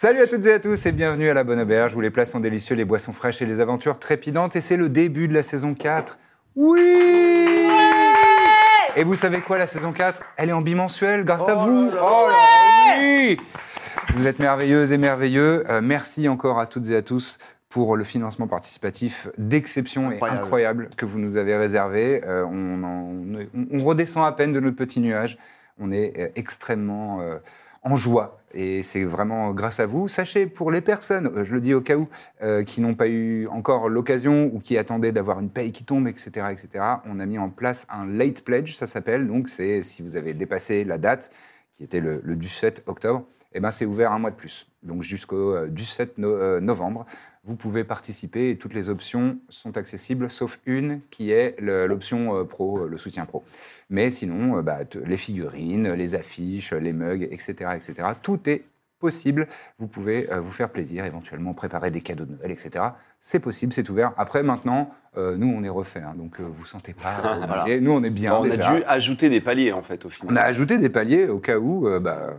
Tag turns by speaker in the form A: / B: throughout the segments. A: Salut à toutes et à tous et bienvenue à la Bonne Auberge où les plats sont délicieux, les boissons fraîches et les aventures trépidantes. Et c'est le début de la saison 4. Oui Et vous savez quoi, la saison 4 Elle est en bimensuel grâce à vous Oh là là, oui Vous êtes merveilleuses et merveilleux. Euh, merci encore à toutes et à tous pour le financement participatif d'exception et
B: Incroyable.
A: incroyable que vous nous avez réservé. Euh, on, en- on est- on- on redescend à peine de notre petit nuage. On est euh, extrêmement euh, en joie. Et c'est vraiment grâce à vous. Sachez, pour les personnes, euh, je le dis au cas où, euh, qui n'ont pas eu encore l'occasion ou qui attendaient d'avoir une paye qui tombe, etc., etc., on a mis en place un late pledge, ça s'appelle. Donc, c'est si vous avez dépassé la date, qui était le, le 17 octobre, eh ben, c'est ouvert un mois de plus. Donc, jusqu'au euh, 17 no- euh, novembre, vous pouvez participer et toutes les options sont accessibles, sauf une qui est le- l'option euh, pro, euh, le soutien pro. Mais sinon, euh, bah, t- les figurines, les affiches, les mugs, etc., etc., tout est possible. Vous pouvez euh, vous faire plaisir, éventuellement préparer des cadeaux de Noël, etc. C'est possible, c'est ouvert. Après, maintenant, euh, nous, on est refait, hein, donc euh, vous sentez pas. euh, obligé.
B: Ah, Voilà.
A: Nous, on est bien.
B: on
A: déjà.
B: a dû ajouter des paliers en fait au final.
A: On a ajouté des paliers au cas où euh, bah,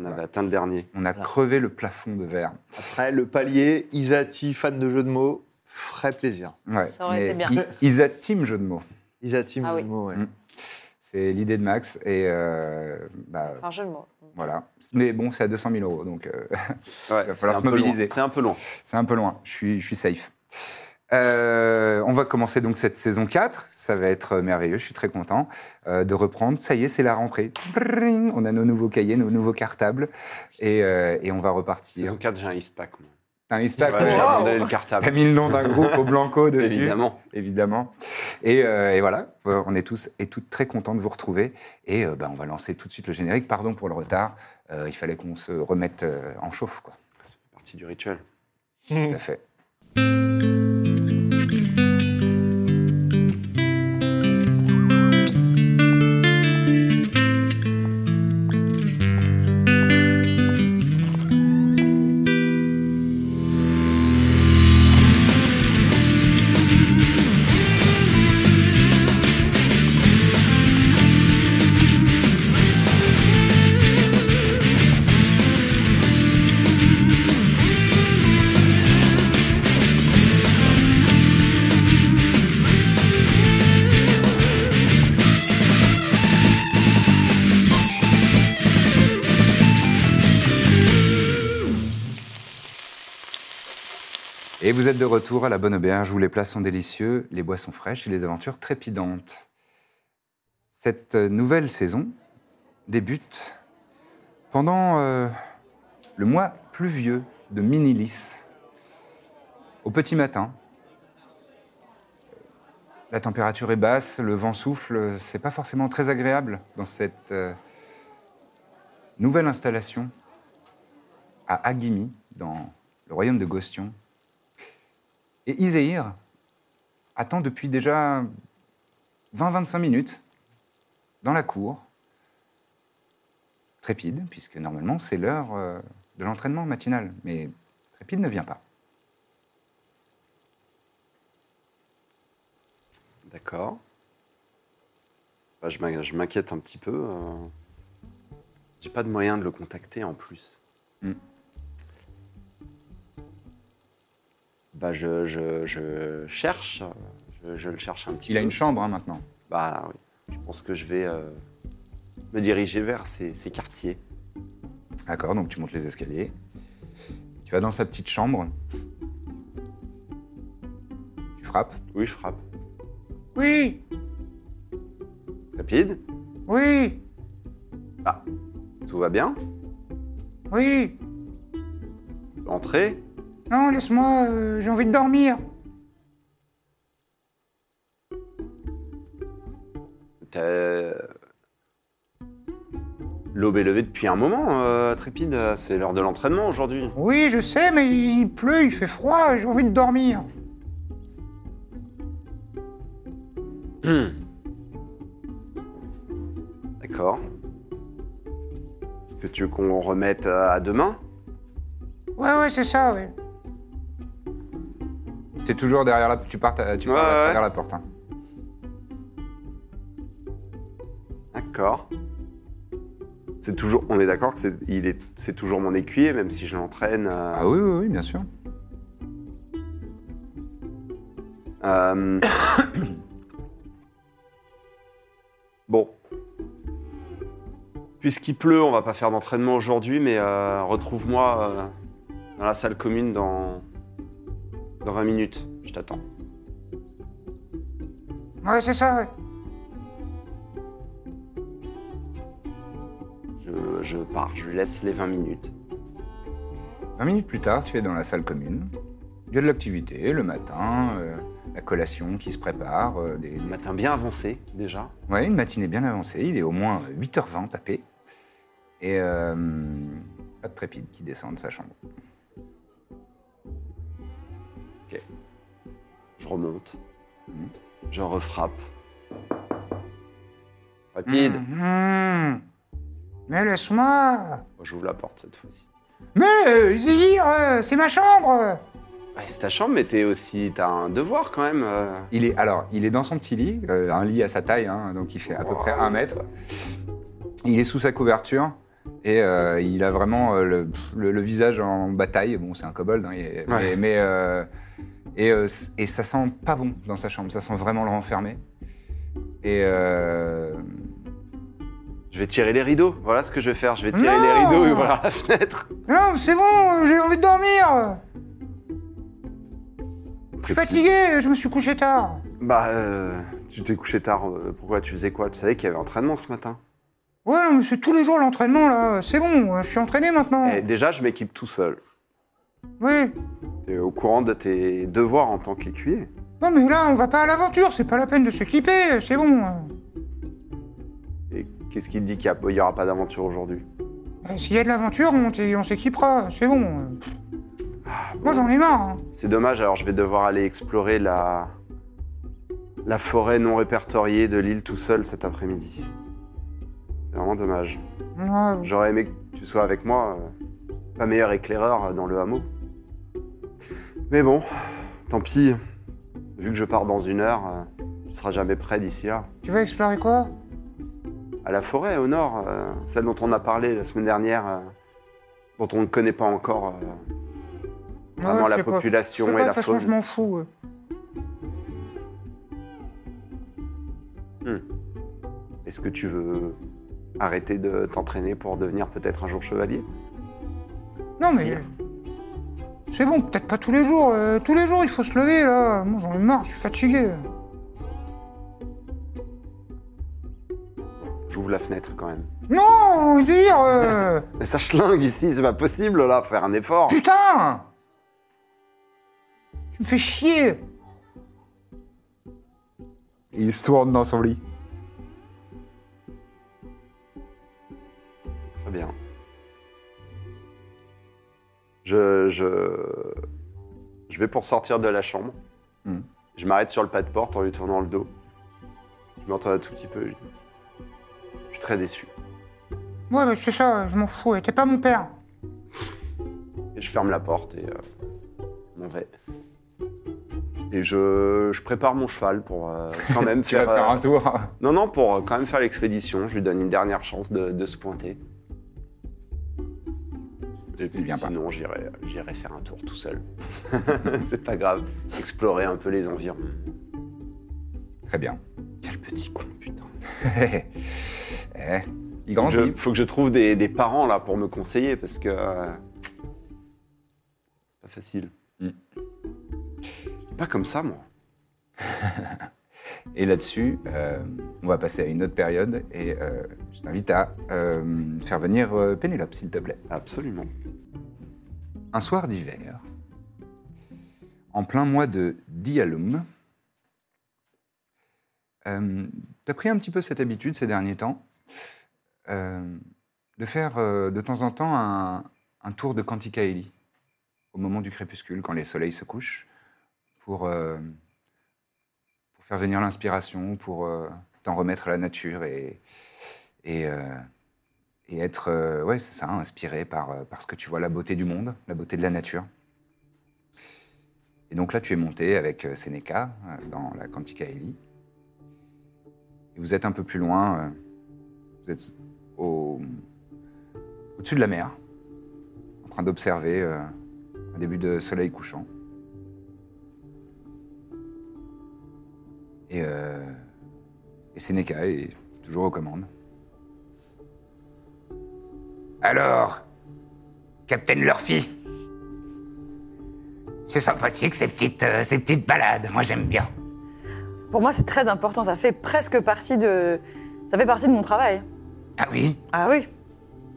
B: On avait atteint le dernier.
A: on a crevé le plafond de verre.
C: Après, le palier, Isati, fan de jeux de mots, ferait plaisir.
A: Ouais,
D: Ça aurait été bien.
A: I- Isa Team jeu de mots.
C: Isati,
D: Ah
C: jeu
D: oui.
C: de mots, ouais.
A: Mm. C'est l'idée de Max et euh, bah,
D: Enfin, jeu de mots.
A: voilà. Mais bon, c'est à 200 000 euros, donc euh,
B: Ouais,
A: va falloir
B: c'est
A: se
B: un peu
A: mobiliser.
B: loin. C'est un peu loin.
A: c'est un peu loin. Je suis, je suis safe. Euh, on va commencer donc cette saison 4. Ça va être merveilleux. Je suis très content euh, de reprendre. Ça y est, c'est la rentrée. Brrring, on a nos nouveaux cahiers, nos nouveaux cartables et, euh, et on va repartir.
B: Saison 4, j'ai un Eastpack. moi.
A: T'as un
B: Ouais,
A: ISPAC
B: J'ai
A: toi
B: abandonné le
A: T'as
B: cartable.
A: mis le nom d'un groupe au Blanco dessus.
B: Évidemment.
A: évidemment. Et, euh, et voilà, euh, on est tous et toutes très contents de vous retrouver. Et euh, bah, on va lancer tout de suite le générique. Pardon pour le retard. Euh, il fallait qu'on se remette euh, en chauffe, quoi.
B: Ça fait partie du rituel.
A: Tout à fait. Et vous êtes de retour à la bonne auberge où les plats sont délicieux, les boissons fraîches et les aventures trépidantes. Cette euh, nouvelle saison débute pendant euh, le mois pluvieux de Minilis. Au petit matin, la température est basse, le vent souffle, c'est pas forcément très agréable dans cette euh, nouvelle installation à Agimi, dans le royaume de Gostion. Et Iséir attend depuis déjà 20-25 minutes dans la cour, Trépide, puisque normalement c'est l'heure euh, de l'entraînement matinal, mais Trépide ne vient pas.
B: D'accord. Bah, je m'in- je m'inquiète un petit peu. euh. J'ai pas de moyen de le contacter en plus.
A: Hmm.
B: Bah, je, je- je cherche. euh, Je, je le cherche un petit
A: Il
B: peu.
A: a une chambre hein, maintenant.
B: Bah oui. Je pense que je vais euh, me diriger vers ces, ces quartiers.
A: D'accord, donc tu montes les escaliers. Tu vas dans sa petite chambre. Tu frappes.
B: Oui, je frappe.
A: Oui,
B: Rapide.
A: oui,
B: Ah, tout va bien
A: oui.
B: Entrez.
A: Non, laisse-moi, euh, j'ai envie de dormir.
B: T'as- euh, L'aube est levée depuis un moment, euh, Trépide. C'est l'heure de l'entraînement aujourd'hui.
A: Oui, je sais, mais il pleut, il fait froid, j'ai envie de dormir. Hmm.
B: D'accord. Est-ce que tu veux qu'on remette euh, à à demain
A: Ouais, ouais, c'est ça, ouais. T'es toujours derrière la... Tu pars, ta- tu pars
B: Ouais,
A: à
B: ouais.
A: travers la porte. hein.
B: D'accord. C'est toujours. On est d'accord que c'est il est, c'est toujours mon écuyer, même si je l'entraîne. euh,
A: Ah oui, oui, oui, bien sûr.
B: Euh, bon. Puisqu'il pleut, on va pas faire d'entraînement aujourd'hui, mais euh, retrouve-moi euh, dans la salle commune dans, dans 20 minutes. Je t'attends.
A: Ouais, c'est ça, ouais.
B: Je, je pars, je lui laisse les 20 minutes.
A: 20 minutes plus tard, tu es dans la salle commune. Il y a de l'activité, le matin, euh, la collation qui se prépare. euh, des...
B: Le matin bien avancé, déjà.
A: Ouais, une matinée bien avancée, il est au moins 8h20 tapé. Et euh, pas de trépide qui descend de sa chambre.
B: Je remonte.
A: Mhm.
B: Je refrappe. Rapide.
A: Mhm. Mais laisse-moi
B: J'ouvre la porte cette fois-ci.
A: Mais, euh, Zihir, euh, c'est ma chambre
B: Ouais, c'est ta chambre, mais t'es aussi. T'as un devoir quand même. euh.
A: Il est alors, il est dans son petit lit, euh, un lit à sa taille, hein, donc il fait à peu près un mètre. Il est sous sa couverture et euh, il a vraiment euh, le, pff, le- le visage en bataille. Bon, c'est un kobold, hein, il est- mais,
B: Ouais.
A: mais, euh, et, euh, c- et ça sent pas bon dans sa chambre. Ça sent vraiment le renfermer. Et euh,
B: Je vais tirer les rideaux. Voilà ce que je vais faire. Je vais tirer
A: Non
B: les rideaux et ouvrir la fenêtre.
A: non, c'est bon, j'ai envie de dormir. Je suis fatigué, je me suis couché tard.
B: Bah, euh, tu t'es couché tard. euh, Pourquoi tu faisais quoi Tu savais qu'il y avait entraînement ce matin.
A: Ouais, non, mais c'est tous les jours l'entraînement là. C'est bon, je suis entraîné maintenant.
B: Eh, déjà, je m'équipe tout seul.
A: Oui.
B: T'es au courant de tes devoirs en tant qu'écuyer.
A: Non mais là, on va pas à l'aventure, c'est pas la peine de s'équiper, c'est bon. Euh,
B: Et qu'est-ce qui te dit qu'il n'y aura pas d'aventure aujourd'hui
A: Euh, S'il y a de l'aventure, on, t- on s'équipera, c'est bon. Moi j'en ai marre. hein.
B: C'est dommage, alors je vais devoir aller explorer la. la forêt non répertoriée de l'île tout seul cet après-midi. C'est vraiment dommage.
A: Ouais,
B: J'aurais aimé que tu sois avec moi, euh, pas meilleur éclaireur euh, dans le hameau. Mais bon, tant pis. Vu que je pars dans une heure, euh, tu seras jamais prêt d'ici là.
A: tu vas explorer quoi
B: À la forêt, au nord, euh, celle dont on a parlé la semaine dernière, euh, dont on ne connaît pas encore euh, vraiment
A: Ouais, je
B: la
A: sais pas.
B: population
A: Je sais pas,
B: et la
A: de toute façon,
B: faune.
A: je m'en fous. euh. ouais.
B: Est-ce que tu veux arrêter de t'entraîner pour devenir peut-être un jour chevalier
A: Non mais... euh,
B: Si.
A: C'est bon, peut-être pas tous les jours. euh, tous les jours, il faut se lever là. Moi j'en ai marre, je suis fatigué.
B: J'ouvre la fenêtre quand même.
A: Non, dire... euh,
B: Mais ça schlingue ici, c'est pas possible là, faire un effort.
A: Putain Tu me fais chier
D: Il se tourne dans son lit.
B: Très bien. Je, je, je vais pour sortir de la chambre.
A: Hmm.
B: Je m'arrête sur le pas de porte en lui tournant le dos. Je m'entends un tout petit peu. Je, je suis très déçu.
A: Ouais, mais c'est ça, je m'en fous. ouais, T'es pas mon père.
B: Et je ferme la porte et euh, je m'en vais. Et je, je prépare mon cheval pour euh, quand même
D: Tu vas faire
B: euh,
D: un tour.
B: Non, non, pour euh, quand même faire l'expédition. Je lui donne une dernière chance de, de se pointer. Et puis
A: vient pas.
B: sinon, j'irai j'irai faire un tour tout seul. C'est pas grave. Explorer un peu les environs.
A: Très bien.
B: Quel petit con, putain.
A: Eh,
B: Je,
A: il grandit.
B: faut que je trouve des, des parents là pour me conseiller parce que. euh, C'est pas facile.
A: Mm.
B: Pas comme ça, moi.
A: Et là-dessus, euh, on va passer à une autre période et euh, je t'invite à euh, faire venir euh, Pénélope, s'il te plaît.
B: Absolument.
A: Un soir d'hiver, en plein mois de Dialum, euh, t'as pris un petit peu cette habitude ces derniers temps euh, de faire euh, de temps en temps un, un tour de Canticaeli au moment du crépuscule, quand les soleils se couchent, pour, euh, pour faire venir l'inspiration, pour euh, t'en remettre à la nature et, et, euh, et être, euh, ouais, c'est ça, inspiré par, euh, par ce que tu vois, la beauté du monde, la beauté de la nature. Et donc là, tu es monté avec euh, Seneca euh, dans la Canticaeli. Et vous êtes un peu plus loin, euh, vous êtes au, au-dessus de la mer, en train d'observer euh, un début de soleil couchant. Et, euh, et Seneca est toujours aux commandes. Alors, Captain Lurphy C'est sympathique ces petites, euh, ces petites balades, moi j'aime bien.
E: Pour moi, c'est très important. Ça fait presque partie de. Ça fait partie de mon travail.
F: Ah oui
E: Ah oui.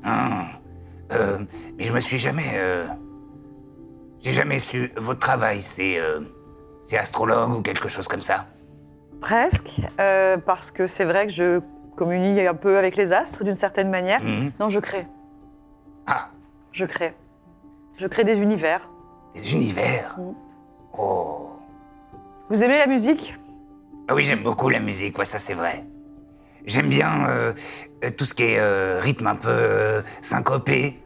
F: Euh, mais je me suis jamais. euh, J'ai jamais su. Votre travail, c'est. euh, c'est astrologue ou quelque chose comme ça
E: Presque. euh, parce que c'est vrai que je communique un peu avec les astres d'une certaine manière.
F: Mhm.
E: Non, je crée.
F: Ah,
E: Je crée. Je crée des univers.
F: des univers
E: Mm.
F: Oh
E: Vous aimez la musique
F: Ah oui, j'aime beaucoup la musique, ouais, ça c'est vrai. J'aime bien euh, euh, tout ce qui est euh, rythme un peu euh, syncopé.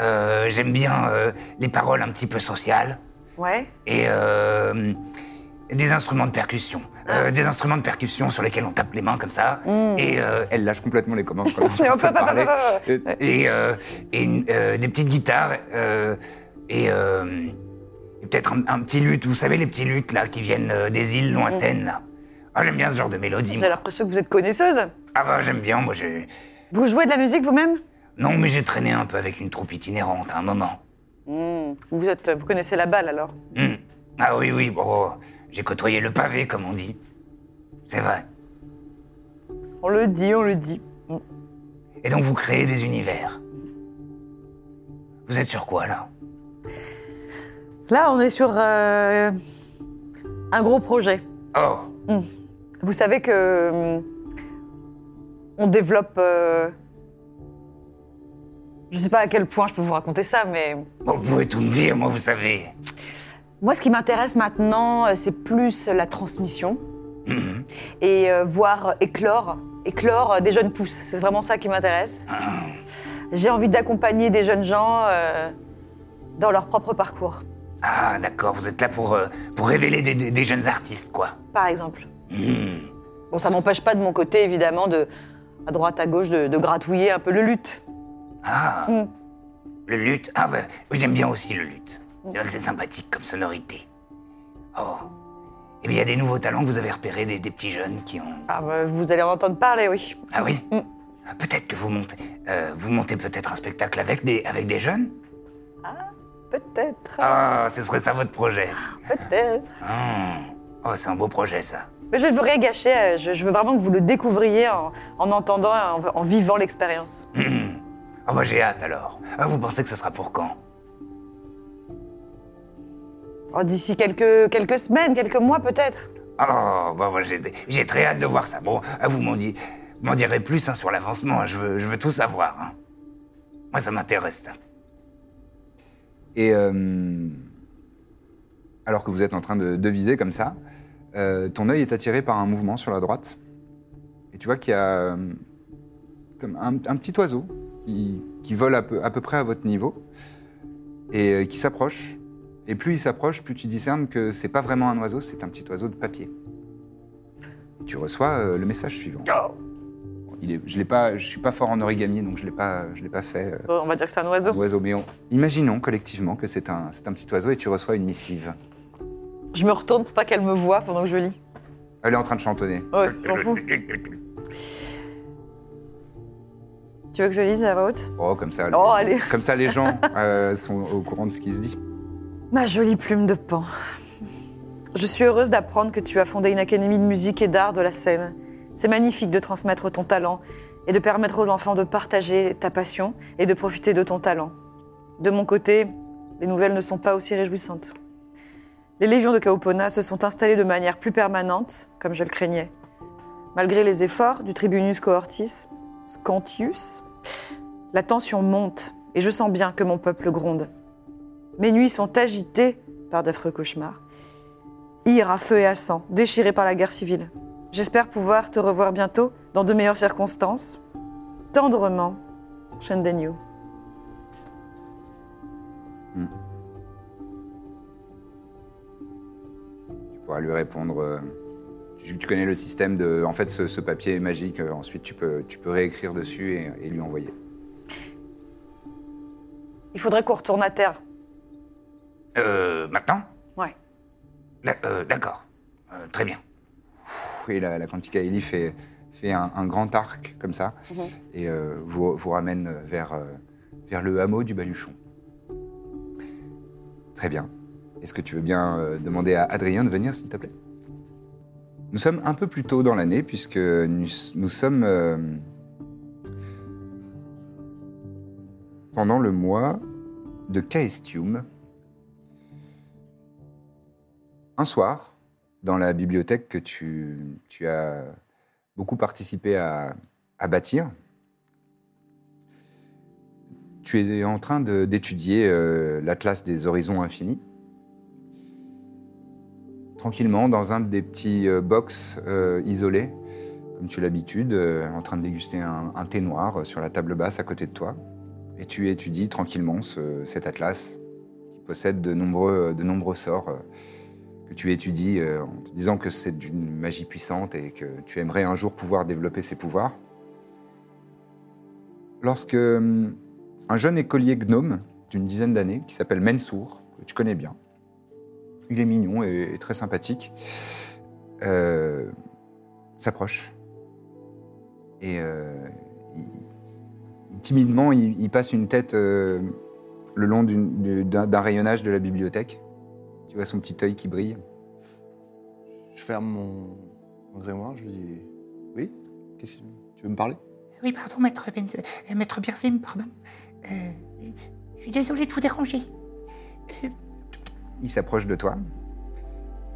F: Euh, j'aime bien euh, les paroles un petit peu sociales.
E: Ouais.
F: Et euh, des instruments de percussion. Euh, des instruments de percussion sur lesquels on tape les mains comme ça. Et, euh,
A: Elle lâche complètement les commandes quand elle est
E: Mais
A: en
E: hop,
A: train de
E: hop, hop,
A: parler.
E: hop, hop, hop.
A: Et-
F: et, euh, et une- euh, des petites guitares euh, et, euh, et peut-être un, un petit luth. Vous savez, les petits luths là qui viennent euh, des îles lointaines. là. Ah, j'aime bien ce genre de mélodie.
E: Mmh. J'ai
F: moi.
E: l'impression que vous êtes connaisseuse.
F: Ah bah j'aime bien, moi j'ai...
E: Vous jouez de la musique vous-même
F: Non, mais j'ai traîné un peu avec une troupe itinérante à un moment.
E: Mhm. vous, êtes, vous connaissez la balle alors
F: Hmm. Ah oui, oui, bon, j'ai côtoyé le pavé, comme on dit. C'est vrai.
E: On le dit, on le dit.
F: Et donc vous créez des univers. Vous êtes sur quoi là
E: Là, on est sur euh, un gros projet.
F: Oh,
E: Vous savez que euh, on développe. euh, je sais pas à quel point je peux vous raconter ça, mais
F: bon, vous pouvez tout me dire, moi vous savez.
E: moi, ce qui m'intéresse maintenant, euh, c'est plus la transmission
F: Hmm.
E: et euh, voir éclore, éclore euh, des jeunes pousses. C'est vraiment ça qui m'intéresse. J'ai envie d'accompagner des jeunes gens euh, dans leur propre parcours,
F: Ah d'accord, vous êtes là pour, euh, pour révéler des, des- des jeunes artistes, quoi.
E: par exemple.
F: Hmm.
E: Bon, ça m'empêche pas de mon côté, évidemment, de à droite, à gauche, de, de gratouiller un peu le lutte.
F: Ah,
E: Mm.
F: le luth. Ah ouais, oui, j'aime bien aussi le luth. C'est vrai que c'est sympathique comme sonorité. Oh. Eh bien, il y a des nouveaux talents que vous avez repérés, des, des petits jeunes qui ont...
E: Ah, bah, vous allez en entendre parler, oui.
F: Ah oui
E: Mm.
F: Peut-être que vous montez... euh, vous montez peut-être un spectacle avec des, avec des jeunes
E: Peut-être,
F: Ah, ce serait ça votre projet.
E: peut-être.
F: Hmm. Oh, c'est un beau projet, ça.
E: Mais je ne veux rien gâcher, euh, je, je veux vraiment que vous le découvriez en, en entendant, en, en vivant l'expérience.
F: Ah bah, j'ai hâte, alors. Ah, vous pensez que ce sera pour quand
E: Oh, D'ici quelques, quelques semaines, quelques mois peut-être.
F: Oh, bah, bah, j'ai j'ai très hâte de voir ça. Bon, ah, vous m'en di- m'en direz plus hein, sur l'avancement. hein. Je veux, je veux tout savoir. hein. Moi, ça m'intéresse, ça.
A: Et euh, alors que vous êtes en train de, de viser comme ça, euh, ton œil est attiré par un mouvement sur la droite. Et tu vois qu'il y a euh, comme un, un petit oiseau qui, qui vole à peu, à peu près à votre niveau et euh, qui s'approche. Et plus il s'approche, plus tu discernes que c'est pas vraiment un oiseau, c'est un petit oiseau de papier. Et tu reçois euh, le message suivant. Il est- je l'ai pas, je suis pas fort en origami, donc je l'ai pas, je l'ai pas fait. euh,
E: Bon, on va dire que c'est un oiseau.
A: un oiseau, mais on- imaginons collectivement que c'est un, c'est un petit oiseau et tu reçois une missive.
E: Je me retourne pour pas qu'elle me voie pendant que je lis.
A: Elle est en train de chantonner.
E: Ouais, j'en fous. Tu veux que je lise à voix haute
A: Oh, comme ça,
E: Oh,
A: les,
E: allez.
A: comme ça les gens euh, sont au courant de ce qui se dit.
E: Ma jolie plume de pan. Je suis heureuse d'apprendre que tu as fondé une académie de musique et d'art de la scène. C'est magnifique de transmettre ton talent et de permettre aux enfants de partager ta passion et de profiter de ton talent. De mon côté, les nouvelles ne sont pas aussi réjouissantes. Les légions de Kaopona se sont installées de manière plus permanente, comme je le craignais. Malgré les efforts du tribunus cohortis, Scantius, La tension monte et je sens bien que mon peuple gronde. Mes nuits sont agitées par d'affreux cauchemars. Ir à feu et à sang, déchiré par la guerre civile. J'espère pouvoir te revoir bientôt dans de meilleures circonstances. Tendrement, Shendenyu.
A: Hmm. Tu pourras lui répondre. euh, tu, tu connais le système de. En fait, ce, ce papier est magique. euh, ensuite, tu peux, tu peux réécrire dessus et, et lui envoyer.
E: Il faudrait qu'on retourne à terre.
A: Euh, maintenant
E: Ouais.
A: D'ac- euh, D'accord. Euh, très bien. Ouh, Et la, la Quantica Ellie fait, fait un, un grand arc comme ça et euh, vous, vous ramène vers, euh, vers le hameau du Baluchon. Très bien. Est-ce que tu veux bien euh, demander à Adrien de venir, s'il te plaît Nous sommes un peu plus tôt dans l'année puisque nous, nous sommes euh, pendant le mois de Caestium. un soir, dans la bibliothèque que tu, tu as beaucoup participé à, à bâtir, tu es en train de- d'étudier euh, l'Atlas des horizons infinis. Tranquillement, dans un des petits euh, box euh, isolés, comme tu l'habitude, euh, en train de déguster un, un thé noir euh, sur la table basse à côté de toi. Et tu étudies tranquillement ce- cet atlas qui possède de nombreux, de nombreux sorts. euh, que tu étudies euh, en te disant que c'est d'une magie puissante et que tu aimerais un jour pouvoir développer ses pouvoirs. Lorsque hum, un jeune écolier gnome d'une dizaine d'années, qui s'appelle Mensour, que tu connais bien, il est mignon et, et très sympathique, euh, s'approche. Et euh, il- timidement, il, il passe une tête euh, le long d'une- du- d'un d'un rayonnage de la bibliothèque. Tu vois son petit œil qui brille.
C: Je ferme mon, mon grimoire, je lui dis Oui Qu'est-ce que- Tu veux me parler
D: Oui, pardon, maître, Ben- euh, maître Birzim, pardon. Euh, je suis désolé de vous déranger.
A: Il s'approche de toi.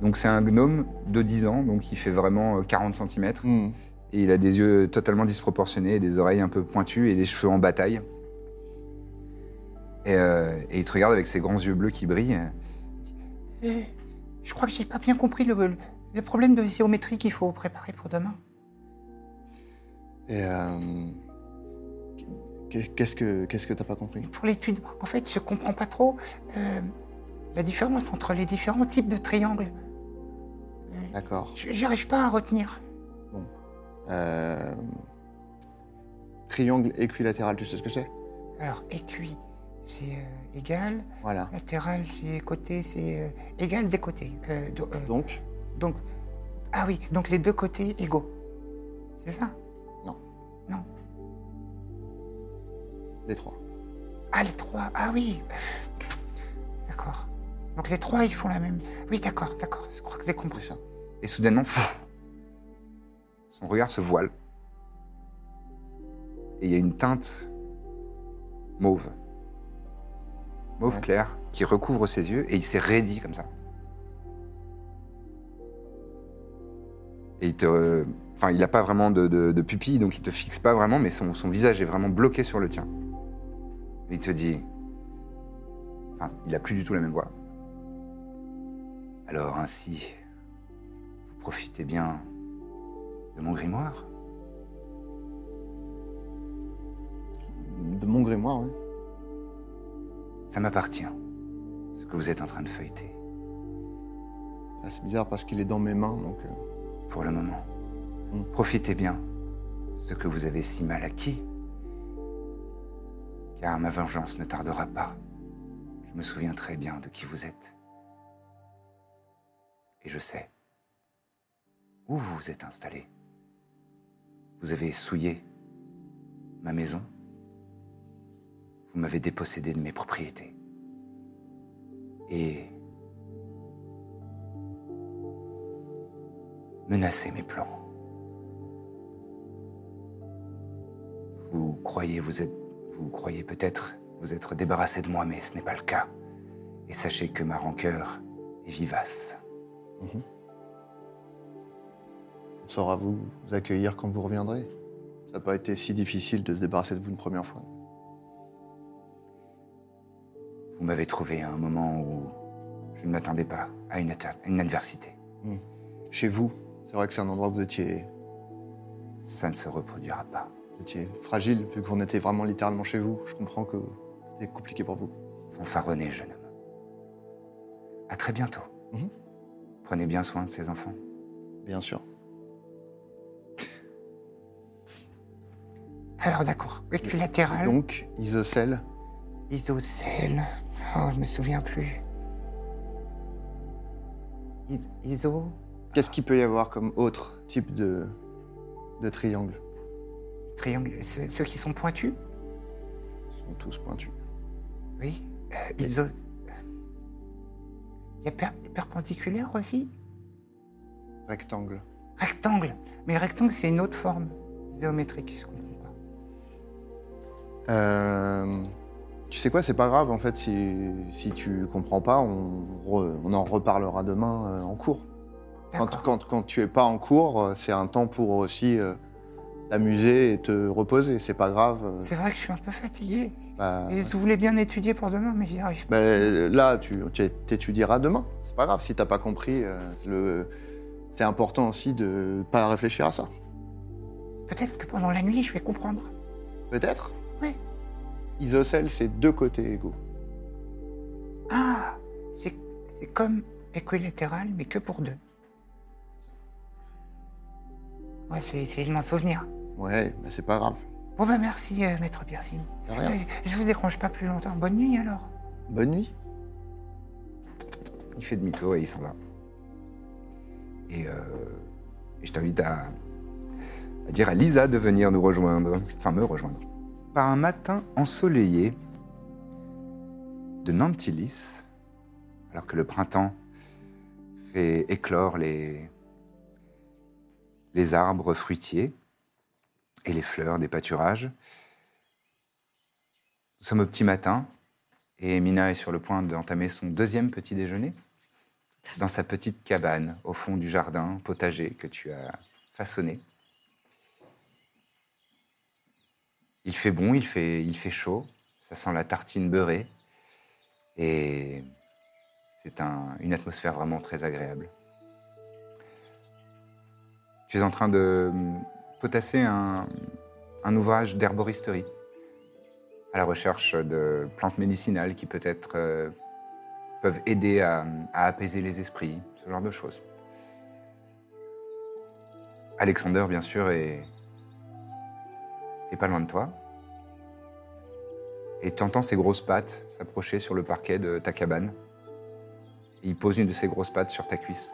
A: Donc c'est un gnome de 10 ans, donc il fait vraiment euh, 40 cm. Et il a des yeux totalement disproportionnés, et des oreilles un peu pointues et des cheveux en bataille. Et, euh, et il te regarde avec ses grands yeux bleus qui brillent.
D: Euh, je crois que j'ai pas bien compris le, le- le problème de géométrie qu'il faut préparer pour demain.
C: Et euh, qu'est- qu'est-ce que qu'est-ce que t'as pas compris
D: Pour l'étude, en fait, je comprends pas trop euh, la différence entre les différents types de triangles.
C: D'accord.
D: Je- J'arrive pas à retenir.
C: Euh, triangle équilatéral, tu sais ce que c'est
D: Alors, écui, c'est euh, égal.
C: Voilà.
D: Latéral, c'est côté, c'est euh, égal des côtés. Euh, do- euh,
C: Donc,
D: donc, ah oui, donc les deux côtés égaux. C'est ça
C: les trois.
D: Ah, les trois. Ah oui. D'accord. Donc les trois, ils font la même. Oui, d'accord, d'accord. Je crois que j'ai
C: C'est
D: compris.
C: ça.
A: Et soudainement, pfff, son regard se voile. Et il y a une teinte mauve. Mauve
C: Ouais.
A: clair qui recouvre ses yeux et il s'est raidi comme ça. Et il te. Enfin, il n'a pas vraiment de, de- de pupille, donc il te fixe pas vraiment, mais son, son visage est vraiment bloqué sur le tien. Et il te dit. Enfin, il a plus du tout la même voix. Alors ainsi, vous profitez bien de mon grimoire.
C: De mon grimoire, oui.
A: Ça m'appartient, ce que vous êtes en train de feuilleter,
C: Ah, c'est bizarre parce qu'il est dans mes mains, donc. euh,
A: pour le moment.
C: Mm.
A: Profitez bien, ce que vous avez si mal acquis, car ma vengeance ne tardera pas. Je me souviens très bien de qui vous êtes. Et je sais où vous vous êtes installé. Vous avez souillé ma maison. Vous m'avez dépossédé de mes propriétés. Et menacé mes plans. Vous croyez vous êtes vous croyez peut-être vous être débarrassé de moi mais ce n'est pas le cas. Et sachez que ma rancœur est vivace.
C: On saura vous accueillir quand vous reviendrez. Ça n'a pas été si difficile de se débarrasser de vous une première fois.
A: Vous m'avez trouvé à un moment où je ne m'attendais pas à une, atta- une adversité.
C: Hmm. Chez vous, c'est vrai que c'est un endroit où vous étiez,
A: Ça ne se reproduira pas.
C: vous étiez fragile, vu qu'on était vraiment littéralement chez vous. Je comprends que c'était compliqué pour vous.
A: Fanfaronnez, jeune homme. À très bientôt.
C: Mhm.
A: Prenez bien soin de ces enfants.
C: Bien sûr.
G: Alors d'accord, équilatéral,
C: Donc, isocèle,
G: isocèle. Oh, je me souviens plus.
A: I- Iso
C: qu'est-ce qu'il peut y avoir comme autre type de, de triangle
G: Triangle, ceux, ceux qui sont pointus
C: Ils sont tous pointus.
G: Oui. Euh, iso... Il y a per- perpendiculaire aussi
C: Rectangle.
G: Rectangle. Mais rectangle, c'est une autre forme géométrique, je comprends pas.
C: Euh, tu sais quoi, c'est pas grave en fait si, si tu comprends pas, on, re- on en reparlera demain euh, en cours. Quand,
G: D'accord.
C: quand, quand tu es pas en cours, euh, c'est un temps pour aussi euh, t'amuser et te reposer. C'est pas grave. euh,
G: C'est vrai que je suis un peu fatigué.
C: bah,
G: Et je voulais bien étudier pour demain, mais j'y arrive pas.
C: bah, là, tu tu- t'étudieras demain. C'est pas grave si t'as pas compris. euh, c'est le- c'est important aussi de pas réfléchir à ça.
G: Peut-être que pendant la nuit, je vais comprendre.
C: Peut-être.
G: Oui.
C: Isocèle, c'est deux côtés égaux.
G: Ah C'est c'est comme équilatéral, mais que pour deux. Ouais, je vais essayer de m'en souvenir.
C: Ouais, bah, c'est pas grave.
G: Bon, bah merci, euh, maître Piercy.
C: De rien.
G: Je je vous dérange pas plus longtemps. Bonne nuit alors.
C: Bonne nuit.
A: Il fait demi-tour et il s'en va. Et, euh, et je t'invite à, à dire à Lisa de venir nous rejoindre, enfin me rejoindre. Par un matin ensoleillé de Nantilis, alors que le printemps fait éclore les, les arbres fruitiers et les fleurs des pâturages, nous sommes au petit matin et Mina est sur le point d'entamer son deuxième petit déjeuner dans sa petite cabane au fond du jardin potager que tu as façonné. Il fait bon, il fait, il fait chaud, ça sent la tartine beurrée et c'est un- une atmosphère vraiment très agréable. Tu es en train de hum, potasser un- un ouvrage d'herboristerie à la recherche de plantes médicinales qui peut-être euh, peuvent aider à, à apaiser les esprits, ce genre de choses. Alexander, bien sûr, est, est pas loin de toi. Et tu entends ses grosses pattes s'approcher sur le parquet de ta cabane. Il pose une de ses grosses pattes sur ta cuisse.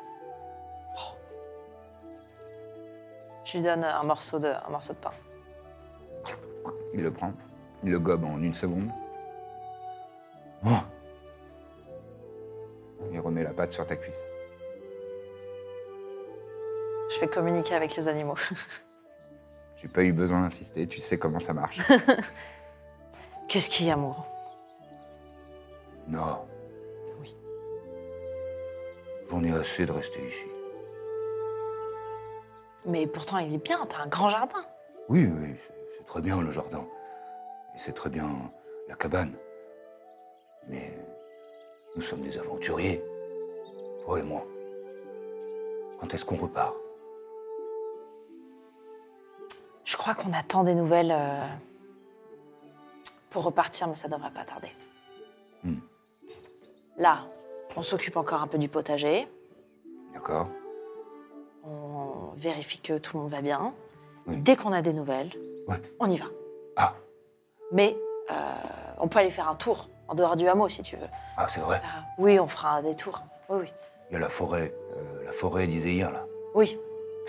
H: Je lui donne un morceau de, un morceau de pain.
A: Il le prend, il le gobe en une seconde. Oh Il remet la patte sur ta cuisse.
H: Je vais communiquer avec les animaux.
A: J'ai pas eu besoin d'insister, tu sais comment ça marche.
H: Qu'est-ce qu'il y a, amour
A: non.
H: Oui.
A: J'en ai assez de rester ici.
H: Mais pourtant, il est bien, t'as un grand jardin.
A: Oui, oui, c'est- c'est très bien le jardin. Et c'est très bien la cabane. Mais nous sommes des aventuriers, toi et moi. Quand est-ce qu'on repart
H: Je crois qu'on attend des nouvelles euh, pour repartir, mais ça devrait pas tarder.
A: Hmm.
H: Là, on s'occupe encore un peu du potager.
A: D'accord
H: On vérifie que tout le monde va bien.
A: Oui.
H: Dès qu'on a des nouvelles,
A: Ouais.
H: on y va.
A: Ah.
H: Mais euh, on peut aller faire un tour en dehors du hameau si tu veux.
A: Ah, c'est vrai,
H: Faire un- Oui, on fera des tours. Oui, oui.
A: il y a la forêt. euh, la forêt disait hier, là.
H: Oui,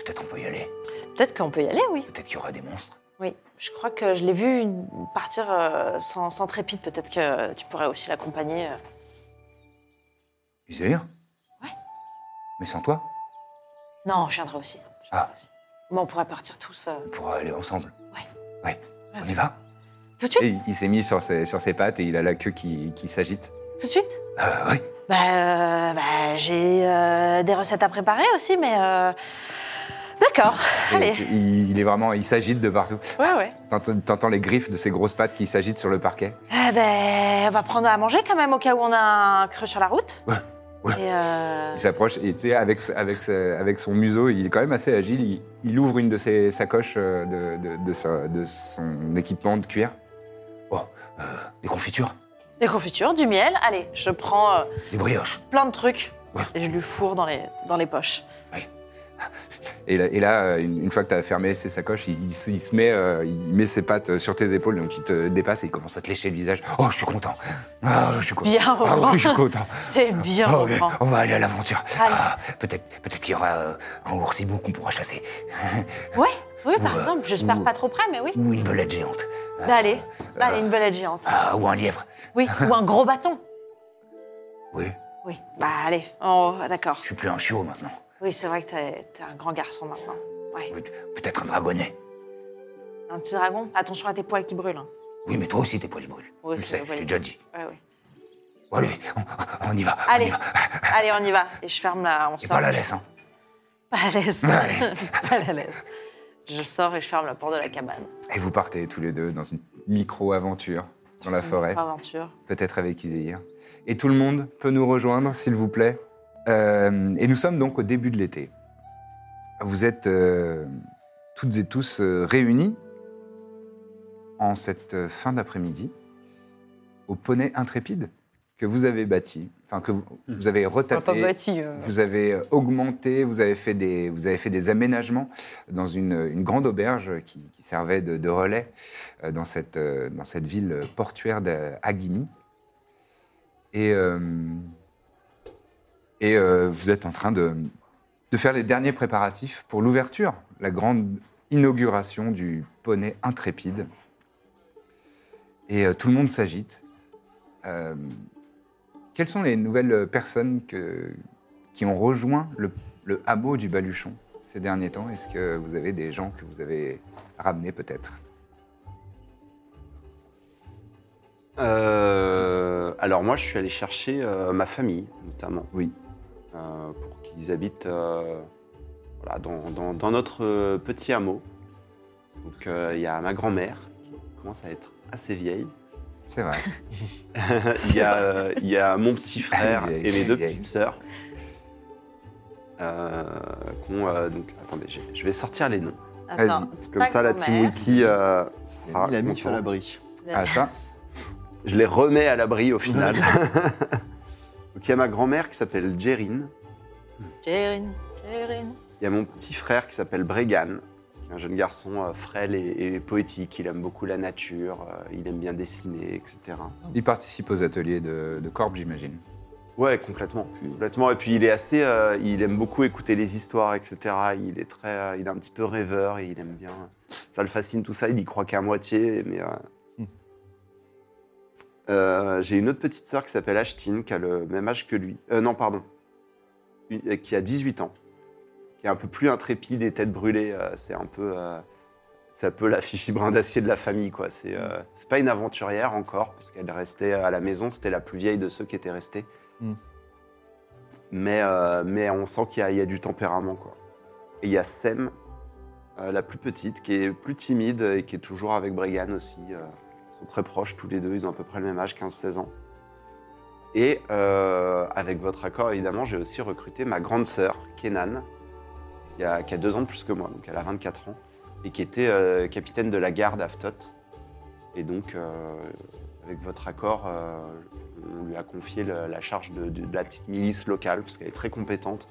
A: Peut-être on peut y aller.
H: peut-être qu'on peut y aller, oui.
A: Peut-être qu'il y aura des monstres.
H: Oui, je crois que je l'ai vu une- partir euh, sans, sans trépide. Peut-être que tu pourrais aussi l'accompagner. euh.
A: Isaïr
H: Ouais.
A: Mais sans toi,
H: Non, je viendrai aussi. je viendrai
A: Ah.
H: aussi. Mais on pourrait partir tous euh,
A: on pourra aller ensemble.
H: Ouais.
A: Ouais. On y va
H: tout de suite.
A: Et il s'est mis sur ses, sur ses pattes et il a la queue qui, qui s'agite.
H: Tout de suite.
A: Euh, oui.
H: Bah, euh, bah, j'ai euh, des recettes à préparer aussi, mais euh, D'accord,
A: Et
H: allez.
A: tu- il, il est vraiment, il s'agite de partout.
H: Ouais, ouais.
A: T'entends t'entends les griffes de ses grosses pattes qui s'agitent sur le parquet.
H: Eh ben, on va prendre à manger quand même au cas où on a un creux sur la route.
A: Ouais, ouais.
H: Et euh,
A: Il s'approche et tu sais, avec, avec, avec son museau, il est quand même assez agile. Il, il ouvre une de ses sacoches euh, de, de- de sa- de son équipement de cuir. Oh, euh, des confitures,
H: des confitures, du miel. Allez, je prends euh,
A: des brioches.
H: plein de trucs
A: Ouais.
H: et je lui fourre dans les, dans les poches.
A: Et là, et là, euh, une, une fois que tu as fermé ses sacoches, il, il se- il se met, euh, il met ses pattes sur tes épaules, donc il te dépasse et il commence à te lécher le visage. Oh, je suis content. Ah, je suis content.
H: Bien,
A: Ah
H: Romain.
A: oui, je suis content.
H: C'est bien,
F: Oh,
A: Ah oui,
H: Romain.
A: on va aller à l'aventure.
H: Allez.
A: Ah, peut-être peut-être qu'il y aura euh, un oursibou qu'on pourra chasser.
H: Ouais, oui, par
A: Ouais.
H: exemple. J'espère
A: Ouais.
H: pas trop près, mais oui.
A: euh, Ou une belette géante.
H: Bah, allez, Bah, allez, une belette géante.
A: Ah, ou un lièvre.
H: Oui, ou un gros bâton.
A: Oui,
H: Oui, bah allez, oh, d'accord.
A: je suis plus un chiot maintenant.
H: Oui, c'est vrai que t'es t'es un grand garçon maintenant. Ouais,
A: Peut- Peut-être un dragonnet.
H: un petit dragon. Attention à tes poils qui brûlent. hein.
A: Oui, mais toi aussi, t'es poil brûle.
H: Oui,
A: je
H: c'est
A: sais,
H: vrai.
A: je t'ai déjà dit.
H: Ouais, ouais.
A: Bon, allez, on, on y va. Ah, on y
H: Allez,
A: va.
H: allez, on y va. Et je ferme la, on
A: Et
H: sort.
A: pas la laisse, hein.
H: Pas la laisse.
A: Allez.
H: Pas la laisse. Je sors et je ferme la porte de la cabane.
A: Et vous partez tous les deux dans une micro-aventure dans la
H: Une
A: forêt,
H: Aventure.
A: peut-être avec Izehir. Et tout le monde peut nous rejoindre, s'il vous plaît. Euh, et nous sommes donc au début de l'été. Vous êtes euh, toutes et tous euh, réunis en cette euh, fin d'après-midi au poney intrépide que vous avez bâti, enfin que vous, vous avez retapé. Vous avez euh, augmenté, vous avez fait des, vous avez fait des aménagements dans une, une grande auberge qui, qui servait de, de relais euh, dans cette, euh, dans cette ville portuaire d'Agimi. Et, euh, et euh, vous êtes en train de, de faire les derniers préparatifs pour l'ouverture, la grande inauguration du poney intrépide. Et euh, tout le monde s'agite. Euh, quelles sont les nouvelles personnes que, qui ont rejoint le, le hameau du Baluchon ces derniers temps Est-ce que vous avez des gens que vous avez ramenés peut-être
B: Euh, alors moi, je suis allé chercher euh, ma famille, notamment.
A: Oui.
B: Euh, pour qu'ils habitent euh, voilà, dans, dans- dans notre euh, petit hameau. Donc euh, il y a ma grand-mère, qui commence à être assez vieille.
A: C'est vrai.
B: il, y a, euh, il y a mon petit frère
A: Vieille,
B: et mes deux
A: vieille.
B: petites sœurs. Euh, qu'on, euh, donc, attendez, j'ai- je vais sortir les noms.
H: Attends,
B: Comme ça, la team Wiki euh, sera
C: Il a mis à
B: contente.
C: l'abri.
A: Ah ça
B: Je les remets à l'abri au final. Donc il y a ma grand-mère qui s'appelle Jérine.
H: Jérine, Jérine.
B: Il y a mon petit frère qui s'appelle Bregan, qui est un jeune garçon euh, frêle et, et poétique. Il aime beaucoup la nature, euh, il aime bien dessiner, etc.
A: Il participe aux ateliers de, de Corbe, j'imagine.
B: Ouais, complètement, complètement. Et puis il est assez, euh, il aime beaucoup écouter les histoires, etc. Il est très, euh, il est un petit peu rêveur et il aime bien. euh, Ça le fascine tout ça. Il y croit qu'à moitié, mais. euh,
C: Hmm.
B: euh, J'ai une autre petite sœur qui s'appelle Ashtine, qui a le même âge que lui. Euh, non, pardon, Une- euh, qui a 18 ans, qui est un peu plus intrépide et tête brûlée. euh, c'est un peu, euh, c'est un peu la fifi brin d'acier de la famille, quoi. C'est, euh, c'est pas une aventurière encore, parce qu'elle restait à la maison. C'était la plus vieille de ceux qui étaient restés mais, euh, mais on sent qu'il y, a- il y a du tempérament. Quoi. Et il y a Sem, euh, la plus petite, qui est plus timide et qui est toujours avec Bregan aussi. euh, ils sont très proches tous les deux, ils ont à peu près le même âge, 15-16 ans. Et euh, avec votre accord, évidemment, j'ai aussi recruté ma grande sœur, Kenan, qui a, qui a deux ans de plus que moi, donc elle a 24 ans, et qui était euh, capitaine de la garde à Ftot. Et donc, euh, avec votre accord, euh, on lui a confié le- la charge de, de- de la petite milice locale, parce qu'elle est très compétente.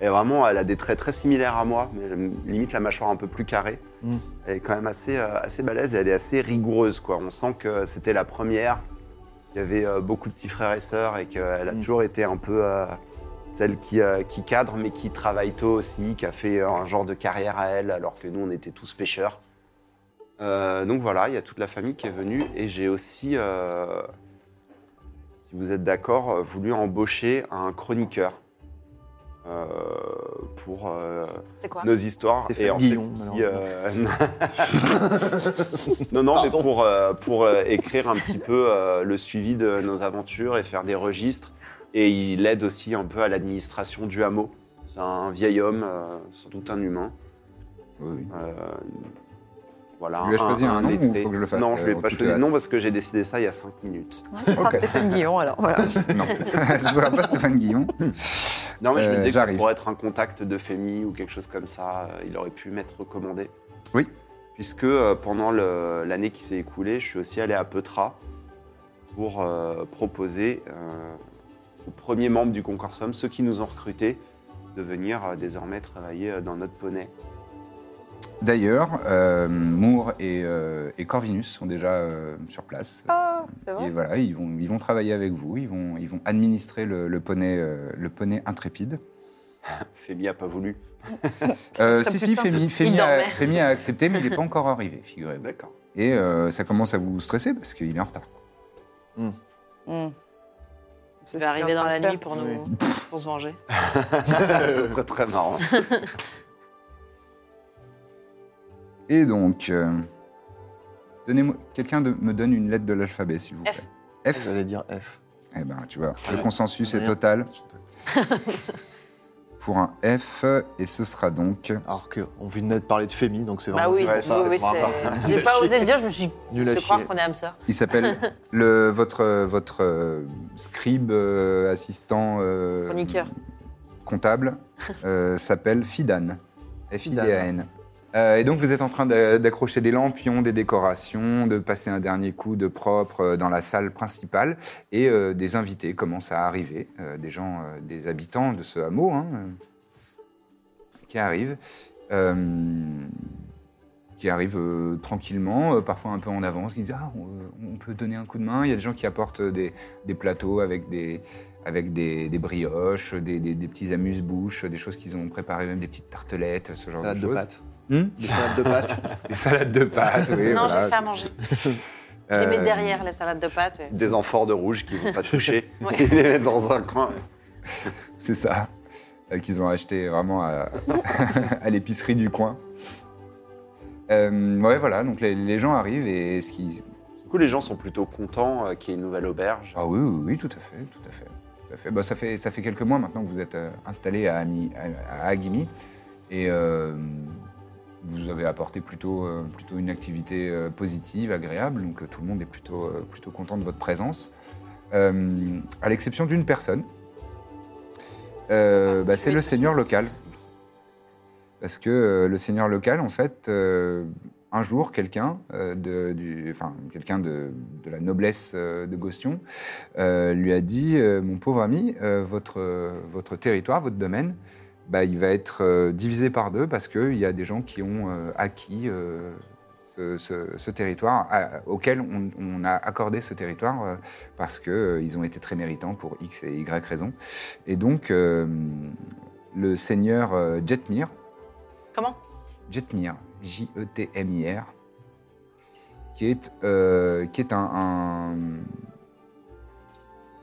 B: Et vraiment, elle a des traits très similaires à moi, mais elle- limite la mâchoire un peu plus carrée.
C: Mm.
B: Elle est quand même assez, euh, assez balèze et elle est assez rigoureuse. Quoi. On sent que c'était la première. Il y avait euh, beaucoup de petits frères et sœurs et qu'elle a
C: Mm.
B: toujours été un peu euh, celle qui, euh, qui cadre, mais qui travaille tôt aussi, qui a fait euh, un genre de carrière à elle, alors que nous, on était tous pêcheurs. Euh, donc voilà, il y a toute la famille qui est venue et j'ai aussi euh, si vous êtes d'accord, euh, voulu embaucher un chroniqueur euh, pour euh,
H: C'est quoi
B: nos histoires.
C: Stéphane
B: en
C: Guillon,
B: fait, qui, euh, non, non, mais pour, euh, pour euh, écrire un petit peu euh, le suivi de nos aventures et faire des registres. Et il aide aussi un peu à l'administration du hameau. C'est un vieil homme, euh, sans doute un humain,
A: Oui.
B: Euh, voilà.
A: Tu lui as choisi un nom ou
B: lettré.
A: faut que je le fasse,
B: Non, je lui ai
A: euh, en
B: pas
A: toute
B: choisi de
A: hâte
B: nom parce que j'ai décidé ça il y a 5 minutes.
I: Ouais, Ce sera
A: Ok.
I: Stéphane Guillon, alors. Voilà.
A: Non, ce ne sera pas Stéphane Guillon.
B: Non, mais je
A: Euh,
B: me disais que ça
A: j'arrive.
B: pourrait être un contact de Femi ou quelque chose comme ça. euh, Il aurait pu m'être recommandé.
A: Oui.
B: Puisque euh, pendant le- l'année qui s'est écoulée, je suis aussi allé à Petra pour euh, proposer euh, aux premiers membres du concorsum, ceux qui nous ont recrutés, de venir euh, désormais travailler euh, dans notre poney.
A: D'ailleurs, euh, Moore et, euh, et Corvinus sont déjà euh, sur place.
I: Ah, c'est
A: Et
I: vrai.
A: voilà, ils vont, ils vont travailler avec vous, ils vont, ils vont administrer le, le poney, euh, le poney intrépide.
B: Femi a pas voulu.
A: Euh,
I: serait
A: si,
I: plus
A: si,
I: simple.
A: Femi, Femi
H: Il
A: a,
H: dormait.
A: Femi a accepté, mais il n'est pas encore arrivé, figurez-vous.
B: D'accord.
A: Et euh, ça commence à vous stresser parce qu'il est en retard.
I: Hmm. C'est
H: Il
I: ce qu'il est
H: va arriver
I: en
H: dans
I: train
H: la
I: de faire.
H: nuit pour nous pour se Bah venger.
B: Ce serait très marrant.
A: Et donc, euh, donnez-moi, quelqu'un de- me donne une lettre de l'alphabet, s'il vous plaît.
H: F.
A: Ah, F.
C: J'allais dire F.
A: Eh ben, tu vois, le
B: Ouais.
A: consensus est
C: Rien.
A: total pour un F, et ce sera donc.
C: Alors qu'on venait de parler de Fémi, donc c'est
H: Bah
C: vraiment.
H: oui,
B: Ouais, ça,
H: oui, oui,
B: c'est pour
H: c'est- J'ai pas osé le dire, je me suis dit,
C: Nul à
H: je crois
C: chier.
H: qu'on est âme sœur.
A: Il s'appelle le votre euh, votre euh, scribe euh, assistant euh,
H: Chroniqueur.
A: comptable euh, s'appelle Fidan. F I D A N.
C: Fidan.
A: Euh, et donc vous êtes en train d'a- d'accrocher des lampions, des décorations, de passer un dernier coup de propre euh, dans la salle principale et euh, des invités commencent à arriver, euh, des gens, euh, des habitants de ce hameau hein, euh, qui arrivent. Euh, qui arrivent euh, tranquillement, euh, parfois un peu en avance, qui disent ah, on, on peut donner un coup de main. Il y a des gens qui apportent des, des plateaux avec des, avec des, des brioches, des, des- des petits amuse-bouches, des choses qu'ils ont préparées, même des petites tartelettes, ce genre
C: Salade
A: de
C: de
A: choses.
C: pâtes.
A: Hmm
C: Des salades de pâtes.
A: des salades de
B: ah
A: pâtes, oui.
H: non,
A: voilà.
H: j'ai fait à manger. Je les
A: Euh,
H: mets derrière les salades de pâtes. et-
B: Des amphores de rouge qui vont pas toucher.
H: Ouais.
B: Il est dans un coin.
A: C'est ça. Euh, Qu'ils ont acheté vraiment à, à l'épicerie du coin. Euh, ouais, voilà, donc les, les gens arrivent et ce qui.
B: Du coup, les gens sont plutôt contents euh, qu'il y ait une nouvelle auberge.
A: Ah oui, oui, oui, tout à fait, tout à fait. Tout à fait. Bah, ça, fait ça fait quelques mois maintenant que vous êtes euh, installé à, Ami- à, à Agimi et euh, vous avez apporté plutôt, euh, plutôt une activité euh, positive, agréable, donc euh, tout le monde est plutôt, euh, plutôt content de votre présence, Euh, à l'exception d'une personne. Euh, bah, c'est le seigneur local. Parce que euh, le seigneur local, en fait, euh, un jour, quelqu'un euh, de, du- enfin, quelqu'un de, de la noblesse euh, de Gostion euh, lui a dit euh, Mon pauvre ami, euh, votre, euh, votre territoire, votre domaine, bah, il va être euh, divisé par deux parce qu'il y a des gens qui ont euh, acquis euh, ce, ce- ce territoire, à- auquel on, on a accordé ce territoire euh, parce qu'ils ont été très méritants pour X et Y raisons. Et donc, euh, le seigneur euh, Jetmir,
H: Comment
A: Jetmir, E J-E-T-M-I-R, qui est, euh, qui est un, un,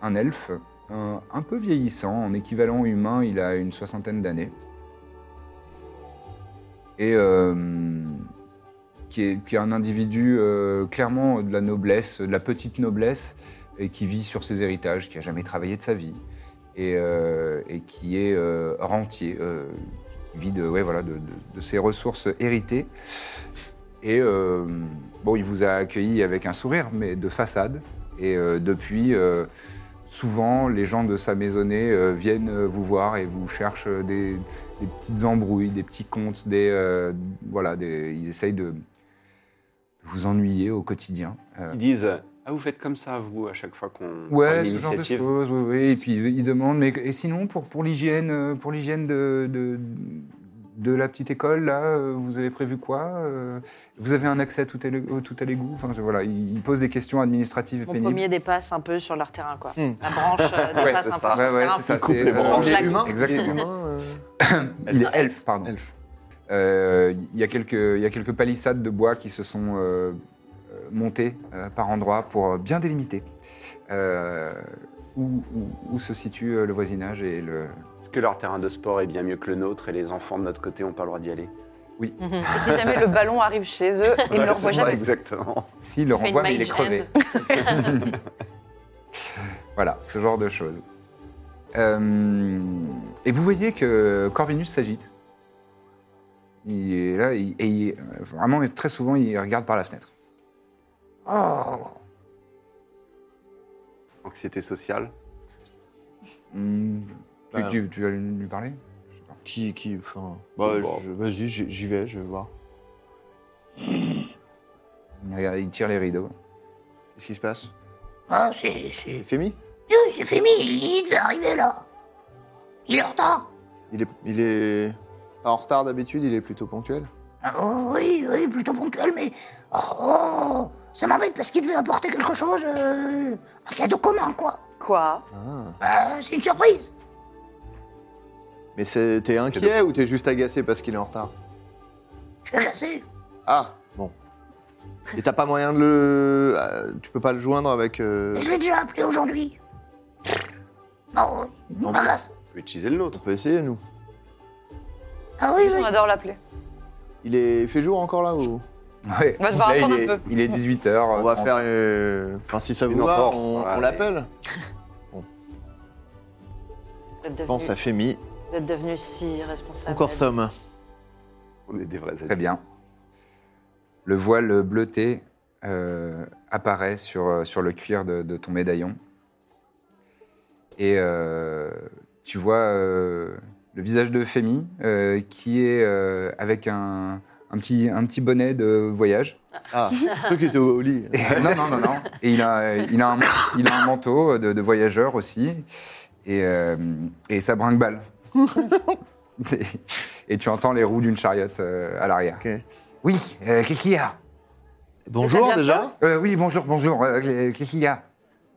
A: un elfe un, un peu vieillissant, en équivalent humain, il a une soixantaine d'années. Et euh, qui, est, qui est un individu euh, clairement de la noblesse, de la petite noblesse, et qui vit sur ses héritages, qui a jamais travaillé de sa vie, et, euh, et qui est euh, rentier, euh, qui vit de, ouais, voilà, de, de- de ses ressources héritées. Et euh, bon, il vous a accueilli avec un sourire, mais de façade. Et euh, depuis, euh, souvent, les gens de sa maisonnée euh, viennent euh, vous voir et vous cherchent euh, des, des petites embrouilles, des petits contes, des euh, voilà, des- ils essayent de vous ennuyer au quotidien. Euh,
B: Ils disent euh, Ah, vous faites comme ça, vous, à chaque fois qu'on prend
A: Ouais,
B: une
A: ce genre de
B: initiative.
A: choses, oui, oui. Et puis ils demandent, mais et sinon pour, pour l'hygiène, euh, pour l'hygiène de, de, de la petite école, là, euh, vous avez prévu quoi Euh, Vous avez un accès à tout à l'é- au- tout à l'égout Enfin, je- voilà, ils ils posent des questions administratives et
H: Mon
A: pénibles.
H: premier dépasse un peu sur leur terrain, quoi.
C: Hmm.
H: La branche euh,
B: Ouais,
H: dépasse
B: c'est
H: un peu
B: ça.
H: sur
A: Ouais,
H: leur
A: ouais,
H: terrain.
A: c'est ça.
B: coupe
A: c'est,
B: les branches.
C: Il
H: euh, la-
C: est humain.
A: Exactement.
C: Il est humain. euh,
A: Il est elfe, pardon.
C: Elfe.
A: Euh, Il y, a quelques- il y a quelques palissades de bois qui se sont euh, euh, montées euh, par endroits pour euh, bien délimiter euh, où, où- où se situe euh, le voisinage et le.
B: Est-ce que leur terrain de sport est bien mieux que le nôtre et les enfants de notre côté n'ont pas le droit d'y aller
I: Mhm. Et si jamais le ballon arrive chez eux, ils ne le revoient
B: C'est ça,
I: jamais.
B: Exactement.
A: Si, le
H: Fait une
A: renvoie, mais il
H: mage
A: est crevé.
H: hand.
A: Voilà, ce genre de choses. Euh, et vous voyez que Corvinus s'agite. Il est là, il- et il- euh, vraiment, très souvent, il regarde par la fenêtre.
G: Oh
B: Anxiété sociale.
A: Hmm, tu,
C: Bah,
A: tu- tu vas lui lui parler
C: Qui, qui, enfin. Bah, je- vas-y, j'y j'y vais, je vais voir.
A: il, regarde- il tire les rideaux.
C: Qu'est-ce qui se passe
G: Ah, c'est. c'est...
C: Femi
G: Dieu, c'est Femi, il devait arriver là Il est en retard
C: Il est, il est pas en retard d'habitude, il est plutôt ponctuel.
G: Ah, oh, Oui, oui, plutôt ponctuel, mais. Oh, oh, ça m'embête parce qu'il devait apporter quelque chose. euh, un cadeau commun, quoi
I: Quoi
G: Ah, C'est une surprise
C: Mais c'est- t'es inquiet ou t'es juste agacé parce qu'il est en retard
G: Je suis agacé
C: Ah, bon. Et t'as pas moyen de le. euh, tu peux pas le joindre avec. euh,
G: Je l'ai déjà appelé aujourd'hui. Oh, Non, il
C: Non.
G: m'agace.
B: Tu peux utiliser le nôtre.
C: On peut essayer, nous.
G: Ah oui, oui.
I: On adore l'appeler.
C: Il est il fait jour encore là ou
A: Ouais.
I: On va devoir
A: Là,
I: attendre
A: il, est,
I: un peu.
A: il est 18h.
C: On va faire. euh, Enfin, si ça
B: Une
C: vous va,
B: entorse,
C: on,
B: ouais,
C: on
B: mais-
C: l'appelle.
H: Vous êtes
C: Je pense
H: devenus
C: à Femi.
H: vous êtes devenus si responsables.
C: Encore somme.
B: On est des vrais
A: Très
B: amis.
A: bien. Le voile bleuté euh, apparaît sur, euh, sur le cuir de, de ton médaillon. Et euh, tu vois euh, le visage de Femi euh, qui est euh, avec un, un petit, un petit bonnet de voyage.
C: Ah, ceux qui étaient au au lit.
A: Et- non, non, non, non. Et il a, il a, un, il a un manteau de, de voyageur aussi. Et, euh, et ça brinque-balle. et, et tu entends les roues d'une chariote euh, à l'arrière.
C: Ok.
A: Oui, euh, qu'est-ce qu'il y a
C: Bonjour
I: bien
C: déjà.
A: Euh, oui, bonjour, bonjour. euh, euh, Qu'est-ce qu'il y a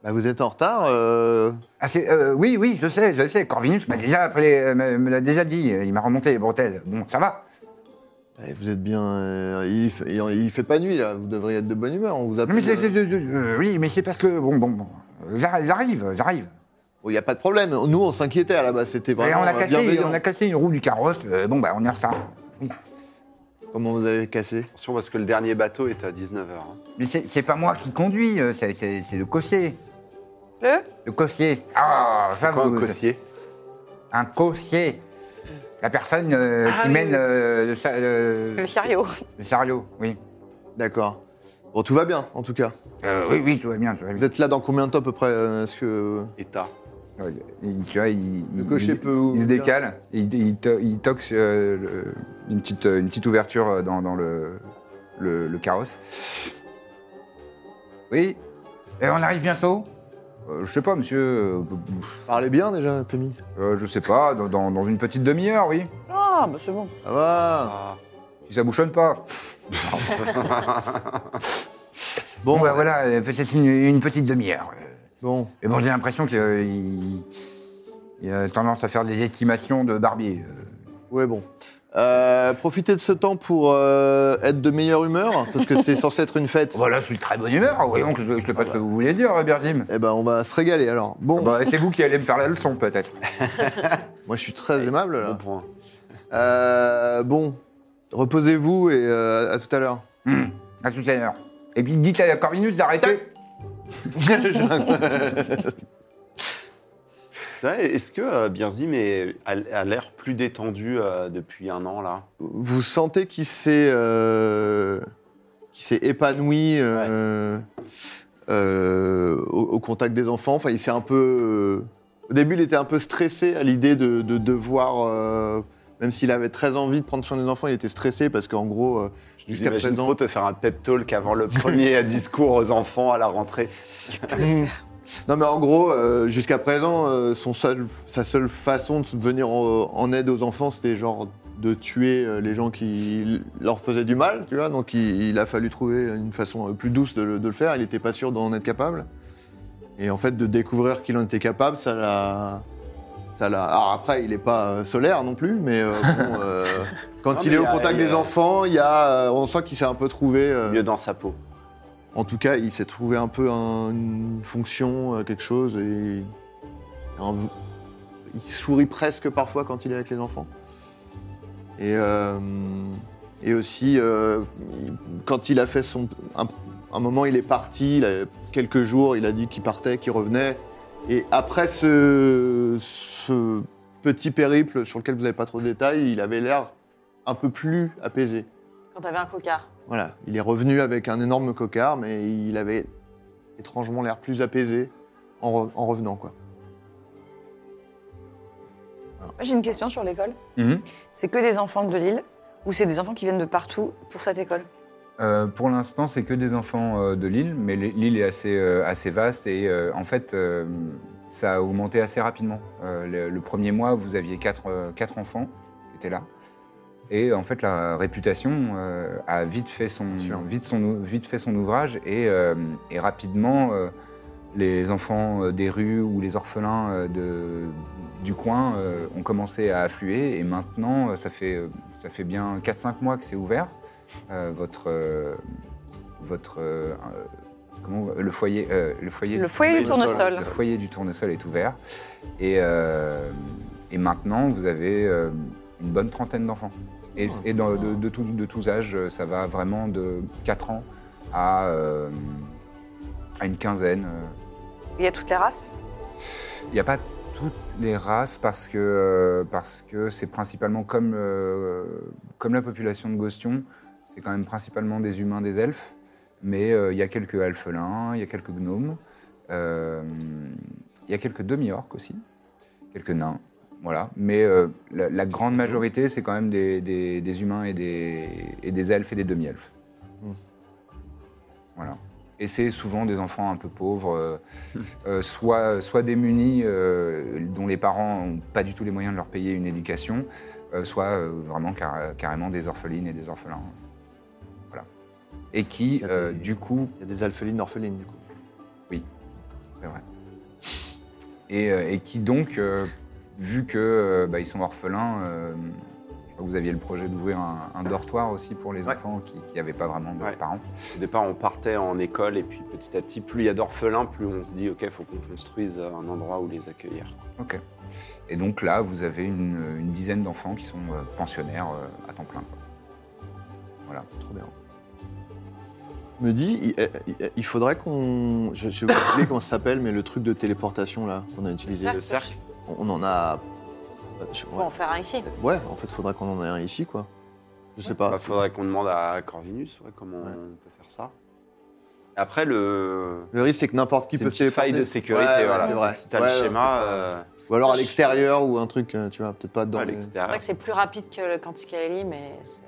C: Bah, vous êtes en retard. euh,
A: Ah, c'est- euh, Oui, oui, je sais, je sais. Corvinus m'a déjà appelé, euh, me me l'a déjà dit. euh, Il m'a remonté les bretelles. Bon, ça va
C: eh, Vous êtes bien. euh, il, fait- il- il fait pas nuit là. Vous devriez être de bonne humeur. On vous
A: Non,
C: appelle.
A: mais c'est-
C: euh,
A: c'est- c'est- euh, Oui, mais c'est parce que. Bon, bon, bon. euh, j'arri- J'arrive, j'arrive.
C: Bon, il n'y a pas de problème. Nous, on s'inquiétait à la base. C'était
A: Et
C: vraiment
A: on a,
C: euh,
A: cassé,
C: bienveillant.
A: on a cassé une roue du carrosse. euh, bon, bah, on est en retard. Oui.
C: Comment vous avez cassé
B: Attention parce que le dernier bateau est à 19h. hein.
A: Mais c'est c'est pas moi qui conduis, euh, c'est- c'est c'est le cossier.
I: Le
A: Le cossier. Ah, ça
B: Quoi, un
A: vous-
B: cossier
A: Un cossier. La personne euh,
I: Ah,
A: qui
I: oui.
A: mène euh, le, sa- le-
I: Le chariot.
A: le chariot, oui.
C: D'accord. Bon, tout va bien, en tout cas.
A: Euh, oui, oui, tout va bien, tout va bien.
C: Vous êtes là dans combien de temps à peu près euh, Est-ce que
B: État.
A: Ouais, il, tu vois, il,
C: Le
A: il-
C: cocher
A: il-
C: peut ouvrir.
A: il se décale, il, il, to- il toque euh, le- une, petite, une petite ouverture euh, dans, dans le, le, le carrosse. Oui, et on arrive bientôt Euh, Je sais pas, monsieur. euh,
C: vous parlez bien déjà, Femi
A: euh, je sais pas, dans, dans- dans une petite demi-heure, oui.
I: Ah, bah c'est bon.
C: Ça va
A: Ah. Si ça bouchonne pas. Bon, bah voilà, euh, peut-être une, une petite demi-heure. euh.
C: Bon,
A: Et bon, j'ai l'impression qu'il il a tendance à faire des estimations de barbier. euh.
C: ouais, bon. Euh, profitez de ce temps pour euh, être de meilleure humeur, parce que c'est censé être une fête.
A: Voilà, je suis de très bonne humeur. hein, Voyons que je, je sais pas ce que vous voulez dire, Berzim.
C: Eh ben, on va se régaler alors. Bon,
A: Bah, c'est vous qui allez me faire la leçon, peut-être.
C: moi je suis très aimable
B: Bon
C: là.
B: point.
C: Euh, bon, reposez-vous et euh, à tout à l'heure.
A: Hmm, À tout à l'heure. Et puis dites à Corvinus d'arrêter.
B: C'est vrai, Est-ce que euh, Birzim est- a, a l'air plus détendu euh, depuis un an là
C: Vous sentez qu'il s'est euh, qu'il s'est épanoui euh, euh, au, au contact des enfants. Enfin, il s'est un peu. euh, au début, il était un peu stressé à l'idée de, de devoir. euh, même s'il avait très envie de prendre soin des enfants, il était stressé parce qu'en gros, euh,
B: Je vous
C: jusqu'à
B: imagine
C: présent.
B: trop te faire un pep talk avant le premier discours aux enfants à la rentrée.
C: Mm. Non, mais en gros, euh, jusqu'à présent, euh, son seul, sa seule façon de venir en, en aide aux enfants, c'était genre de tuer euh, les gens qui leur faisaient du mal, tu vois. Donc il, il a fallu trouver une façon euh, plus douce de, le- de le faire. Il n'était pas sûr d'en être capable. Et en fait, de découvrir qu'il en était capable, ça l'a. Ça l'a. Alors après, il n'est pas euh, solaire non plus, mais euh, bon, euh, quand
B: Non,
C: il
B: mais
C: est au
B: il y a-
C: contact
B: il y a-
C: des enfants, il y a, euh, on sent qu'il s'est un peu trouvé. euh,
B: Mieux dans sa peau.
C: en tout cas, il s'est trouvé un peu un- une fonction, euh, quelque chose, et un- il sourit presque parfois quand il est avec les enfants. Et, euh, et aussi, euh, il- quand il a fait son... Un, un moment, il est parti, il a- quelques jours, il a dit qu'il partait, qu'il revenait. Et après ce, ce petit périple sur lequel vous n'avez pas trop de détails, il avait l'air un peu plus apaisé.
H: Quand t'avais un cocard.
C: Voilà, il est revenu avec un énorme cocard, mais il avait étrangement l'air plus apaisé en, re- en revenant, quoi.
I: Moi, J'ai une question sur l'école.
A: Mhm.
I: C'est que des enfants de Lille ou c'est des enfants qui viennent de partout pour cette école
A: Euh, pour l'instant, c'est que des enfants euh, de l'île, mais l- l'île est assez, euh, assez vaste et euh, en fait, euh, ça a augmenté assez rapidement. Euh, le, le premier mois, vous aviez quatre, euh, quatre enfants qui étaient là. Et en fait, la réputation euh, a vite fait son,
C: sûr.
A: vite son, ou- vite fait son ouvrage et, euh, et rapidement, euh, les enfants euh, des rues ou les orphelins euh, de- du coin euh, ont commencé à affluer. Et maintenant, euh, ça fait, euh, ça fait bien 4-5 mois que c'est ouvert. Euh, votre. euh, votre euh, euh, comment, on va- le foyer, euh, le foyer
I: Le foyer du tournesol.
A: Le foyer du tournesol est ouvert. Et, euh, et maintenant, vous avez euh, une bonne trentaine d'enfants. Et, et dans- de, de tous- de tous âges, euh, ça va vraiment de 4 ans à, euh, à une quinzaine. euh,
I: Il y a toutes les races
A: il n'y a pas toutes les races parce que euh, parce que c'est principalement comme euh, comme la population de Gostion, c'est quand même principalement des humains, des elfes, mais euh, il y a quelques alphelins, il y a quelques gnomes, euh, il y a quelques demi-orques aussi, quelques nains, voilà. Mais euh, la, la grande majorité, c'est quand même des, des- des humains et des et des elfes et des demi-elfes.
C: Hmm.
A: Voilà. Et c'est souvent des enfants un peu pauvres. euh, euh, soit, soit démunis, euh, dont les parents n'ont pas du tout les moyens de leur payer une éducation, euh, soit euh, vraiment car- carrément des orphelines et des orphelins. Voilà. Et qui,
C: Il y a
A: euh,
C: des-
A: du coup,
C: Il y a des alphelines, orphelines, du coup.
A: c'est vrai. Et, euh, et qui donc, euh, vu que euh, bah, ils sont orphelins, euh, je crois que vous aviez le projet d'ouvrir un, un dortoir aussi pour les
C: Ouais.
A: enfants qui n'avaient pas vraiment de
B: Ouais.
A: parents.
B: Au départ, on partait en école et puis petit à petit, plus il y a d'orphelins, plus on se dit, ok, faut qu'on construise un endroit où les accueillir.
A: Ok. Et donc là, vous avez une, une dizaine d'enfants qui sont euh, pensionnaires euh, à temps plein. quoi. Voilà.
C: Trop bien. Me dit, il, il- il faudrait qu'on. Je je vais vous rappeler comment ça s'appelle, mais le truc de téléportation là qu'on a utilisé.
H: cercle.
B: Le cercle,
C: On en a. euh, je-
H: Faut en faire un ici.
C: Ouais, en fait, faudrait qu'on en ait un ici, quoi. Je sais pas.
B: Bah, faudrait qu'on demande à Corvinus ouais, comment
C: Ouais.
B: on peut faire ça. Après, le.
C: Le risque, c'est que n'importe qui
B: c'est
C: peut
B: une
C: se
B: petite faille de
C: téléporter.
B: sécurité,
C: Ouais, ouais,
B: voilà.
C: c'est vrai.
B: Si t'as
C: Ouais,
B: le
C: ouais,
B: schéma,
C: peut pas-
B: euh,
C: Ou alors à
H: Ça, je-
C: l'extérieur ou un truc, euh, tu vois, peut-être pas dans
B: à
C: les-
H: C'est vrai
B: l'extérieur.
H: que c'est plus rapide que le Quanticaeli, mais c'est.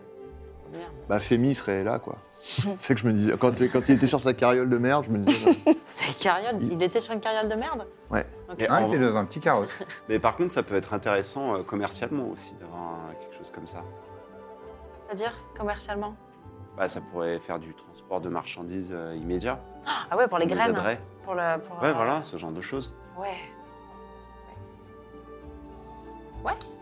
H: faut venir.
C: Bah, Femi serait là, quoi. c'est que je me disais. Quand, quand il était sur sa carriole de merde, je me disais. non.
H: C'est une carriole.
C: Il-
H: Il était sur une carriole de merde
B: Mais,
A: Ah,
B: en-
A: il était dans un petit carrosse.
B: mais par contre, ça peut être intéressant euh, commercialement aussi d'avoir un- quelque chose comme ça.
H: C'est-à-dire, commercialement
B: Bah, ça pourrait faire du transport de marchandises euh, immédiat.
H: Ah ouais, pour les
B: Ça nous
H: graines.
B: aiderait.
H: Pour le. Pour
B: Ouais,
H: euh,
B: voilà, ce genre de choses.
H: Ouais.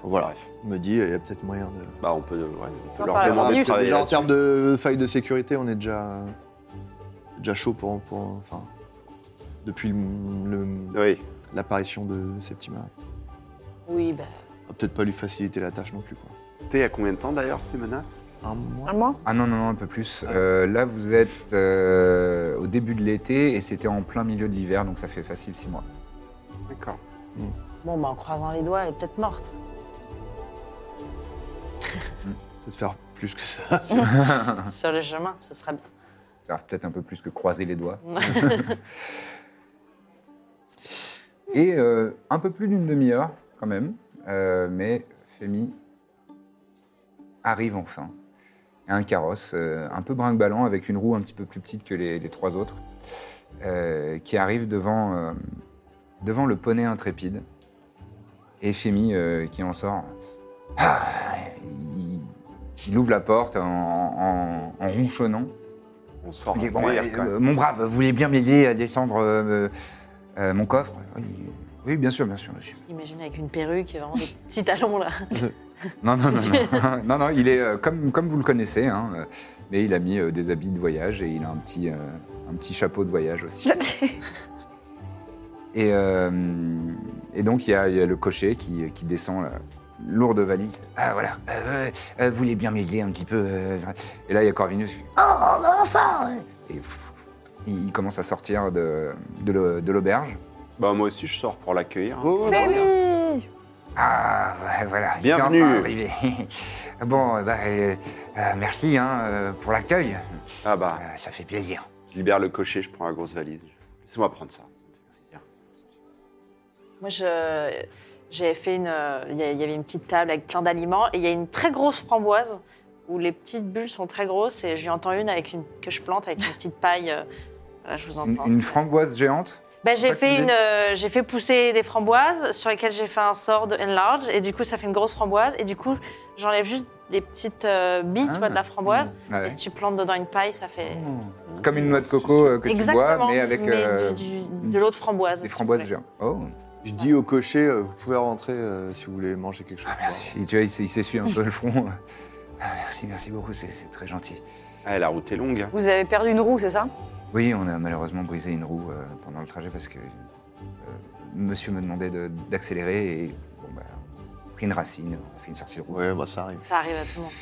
C: voilà.
B: Bref.
C: Il me dit, il y a peut-être moyen de.
B: Bah, on peut, ouais, on
C: Ah,
B: peut
H: On
B: leur
H: parle
B: demander
H: à
B: de
H: Corvinus,
B: travailler.
C: Déjà, en
B: là-dessus.
C: termes de faille de sécurité, on est déjà, déjà chaud pour, pour- enfin, depuis le- le-
B: Oui,
C: l'apparition de Septima.
H: Oui, bah.
C: On va peut-être pas lui faciliter la tâche non plus. Quoi.
B: C'était il y a combien de temps d'ailleurs ces menaces
C: Un mois.
I: Un mois
A: Ah non, non, non, un peu plus.
C: Ah.
A: Euh, là, vous êtes euh, au début de l'été et c'était en plein milieu de l'hiver, donc ça fait facile six mois. Hmm.
B: D'accord.
H: Bon, bah, en croisant les doigts, elle est peut-être morte.
C: Peut-être faire plus que ça.
H: sur le chemin, ce sera bien.
A: Ça va peut-être un peu plus que croiser les doigts. Et euh, un peu plus d'une demi-heure, quand même, euh, mais Femi arrive enfin. à Un carrosse euh, un peu brinque-ballant avec une roue un petit peu plus petite que les, les trois autres, euh, qui arrive devant, euh, devant le poney intrépide. Et Femi euh, qui en sort. Ah, il, il ouvre la porte en, en- en ronchonnant.
B: On sort.
A: Il dit,
B: un
A: Bon,
B: peu
A: euh,
B: hier, quand même.
A: euh, mon brave, vous voulez bien m'aider à descendre euh, euh, mon coffre oui, oui, bien sûr, bien sûr, monsieur.
H: Imagine avec une perruque, vraiment des petits talons là.
A: Non, non, non, non. non, non, il est euh, comme, comme vous le connaissez, hein, euh, mais il a mis euh, des habits de voyage et il a un petit, euh, un petit chapeau de voyage aussi. et, euh, et donc, il y, a il y a le cocher qui, qui descend la lourde valise. Ah, voilà, euh, euh, vous voulez bien m'aider un petit peu euh, Et là, il y a Corvinus.
G: Oh, bah enfin euh,
A: Et pff, il il commence à sortir de, de l'au- de l'auberge.
B: Bah, moi aussi, je sors pour l'accueillir. hein.
C: Oh,
B: Faut
C: bah,
B: bien.
A: Ah, ouais, voilà. il est
B: Bienvenue.
A: enfin arrivé. bon, eh ben, euh, euh, merci hein, euh, pour l'accueil.
B: Ah bah,
A: Euh, ça fait plaisir.
B: je libère le cocher, je prends la grosse valise. Laissez-moi prendre ça.
H: Moi, je, j'ai fait une. euh, Il y a- il y avait une petite table avec plein d'aliments et il y a une très grosse framboise où les petites bulles sont très grosses et j'y entends une avec une que je plante avec une petite paille. euh, voilà, je vous
A: Une,
H: entends.
A: une framboise géante
H: Ben,
A: ça
H: j'ai
A: que
H: fait
A: tu dis
H: une, euh, j'ai fait pousser des framboises sur lesquelles j'ai fait un sort de enlarge et du coup ça fait une grosse framboise et du coup j'enlève juste des petites euh, billes tu
A: Ah.
H: vois, de la framboise
A: Ouais.
H: et si tu plantes dedans une paille ça fait
A: C'est Comme une noix de
B: Mmh,
A: coco euh, que tu
H: exactement
A: bois, mais avec euh,
H: du- du- de l'eau de framboise.
A: des
H: s'il
A: framboises
H: vous plaît.
A: géantes. Oh,
C: Je dis au cocher, euh, vous pouvez rentrer euh, si vous voulez manger quelque chose.
A: merci. Et tu vois, il s'est- il s'essuie un peu le front. Ah, merci, merci beaucoup, c'est- c'est très gentil.
B: Ah, la route est longue. hein.
I: Vous avez perdu une roue, c'est ça
A: Oui, on a malheureusement brisé une roue euh, pendant le trajet parce que euh, monsieur me demandait de- d'accélérer et bon, bah, on a pris une racine, on a fait une sortie de roue.
C: Ouais, bah ça arrive.
H: Ça arrive à tout le monde.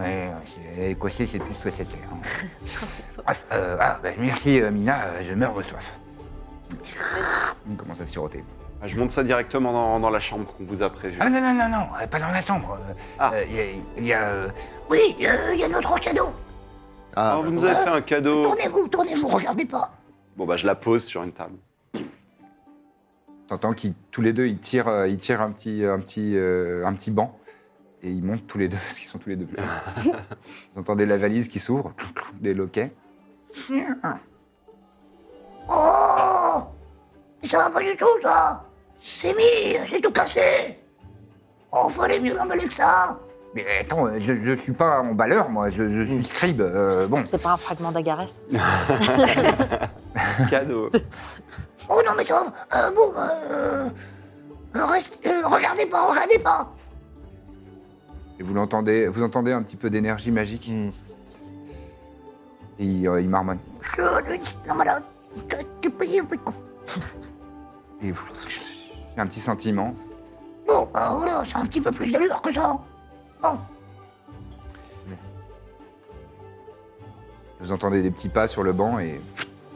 H: Allez.
A: Ouais, Eh, ouais, coché, c'est plus toi cette terre. hein. Bref, euh, ah, bah, merci euh, Mina, euh, je meurs de soif. Il commence à siroter.
B: Ah, je monte ça directement dans, dans la chambre qu'on vous a prévue.
A: Ah non, non, non, non, euh, pas dans la chambre. euh,
B: Ah.
A: euh, Il y a- il y a. euh,
G: Oui, il y a notre cadeau.
C: Ah,
B: Ah, vous nous avez fait un cadeau.
G: Tournez-vous, tournez-vous, regardez pas.
B: Bon bah, je la pose sur une table.
A: T'entends qu'ils tous les deux ils tirent, euh, ils tirent un petit, un petit, euh, un petit banc et ils montent tous les deux parce qu'ils sont tous les deux petits. Vous entendez la valise qui s'ouvre, des loquets.
G: Oh Mais Ça va pas du tout, ça C'est mis, c'est tout cassé Oh, fallait mieux l'emballer que ça
A: Mais attends, euh, je, je suis pas emballeur moi, je, je suis scribe. euh, bon,
H: C'est pas un fragment d'agarès
B: Cadeau.
G: Oh non, mais ça va... euh, bon, euh... euh, reste- euh, regardez pas, regardez pas
A: et vous l'entendez, vous entendez un petit peu d'énergie magique. Et il, euh, il marmonne.
G: Je non, madame, je t'ai payé un peu de coup.
A: Et vous- un petit sentiment.
G: Bon, bah voilà, c'est un petit peu plus d'allure que ça. Bon,
A: Vous entendez des petits pas sur le banc et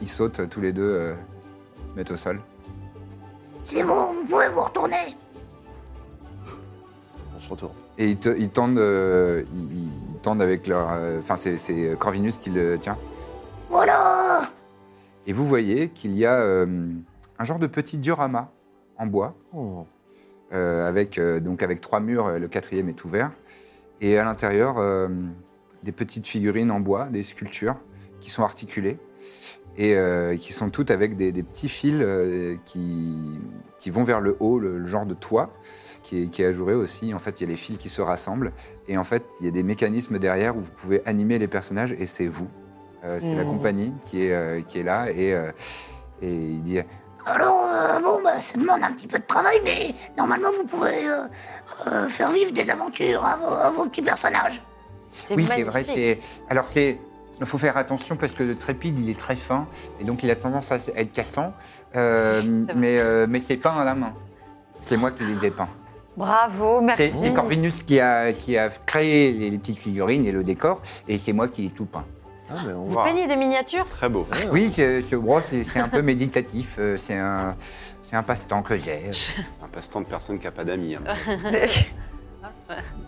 A: ils sautent tous les deux, euh, ils se mettent au sol.
G: c'est bon, vous pouvez vous retourner.
C: on se retourne.
A: Et ils, te- ils tendent, euh, ils, ils tendent avec leur. euh, Enfin, c'est- c'est Corvinus qui le tient.
G: Voilà
A: Et vous voyez qu'il y a euh, un genre de petit diorama en bois,
C: Oh.
A: euh, avec, euh, donc avec trois murs, euh, le quatrième est ouvert. Et à l'intérieur, euh, des petites figurines en bois, des sculptures qui sont articulées et euh, qui sont toutes avec des, des petits fils euh, qui, qui vont vers le haut, le, le genre de toit qui est, qui est ajouré aussi. En fait, il y a les fils qui se rassemblent et en fait, il y a des mécanismes derrière où vous pouvez animer les personnages et c'est vous. Euh, c'est la compagnie qui est, euh, qui est là et, euh, et il dit
G: Alors, euh, bon, bah, ça demande un petit peu de travail, mais normalement, vous pourrez euh, euh, faire vivre des aventures à vos- à vos petits personnages.
H: C'est
A: Oui, c'est
H: magnifique.
A: vrai. c'est- Alors, c'est. Il faut faire attention parce que le trépide, il est très fin et donc il a tendance à s- à être cassant. Euh,
H: vrai.
A: mais euh, mais c'est peint à la main. C'est moi qui les ai peints.
I: Bravo,
A: C'est
I: merci.
A: c'est Corvinus qui a, qui a créé les, les petites figurines et le décor et c'est moi qui les tout peint.
C: Ah, mais on
H: Vous
C: va.
H: peignez des miniatures
B: ben, Très beau.
A: Oui, ce ce bras, c'est c'est un peu méditatif. euh, C'est un, c'est un passe-temps que j'ai.
B: C'est un passe-temps de personne qui n'a pas d'amis. hein.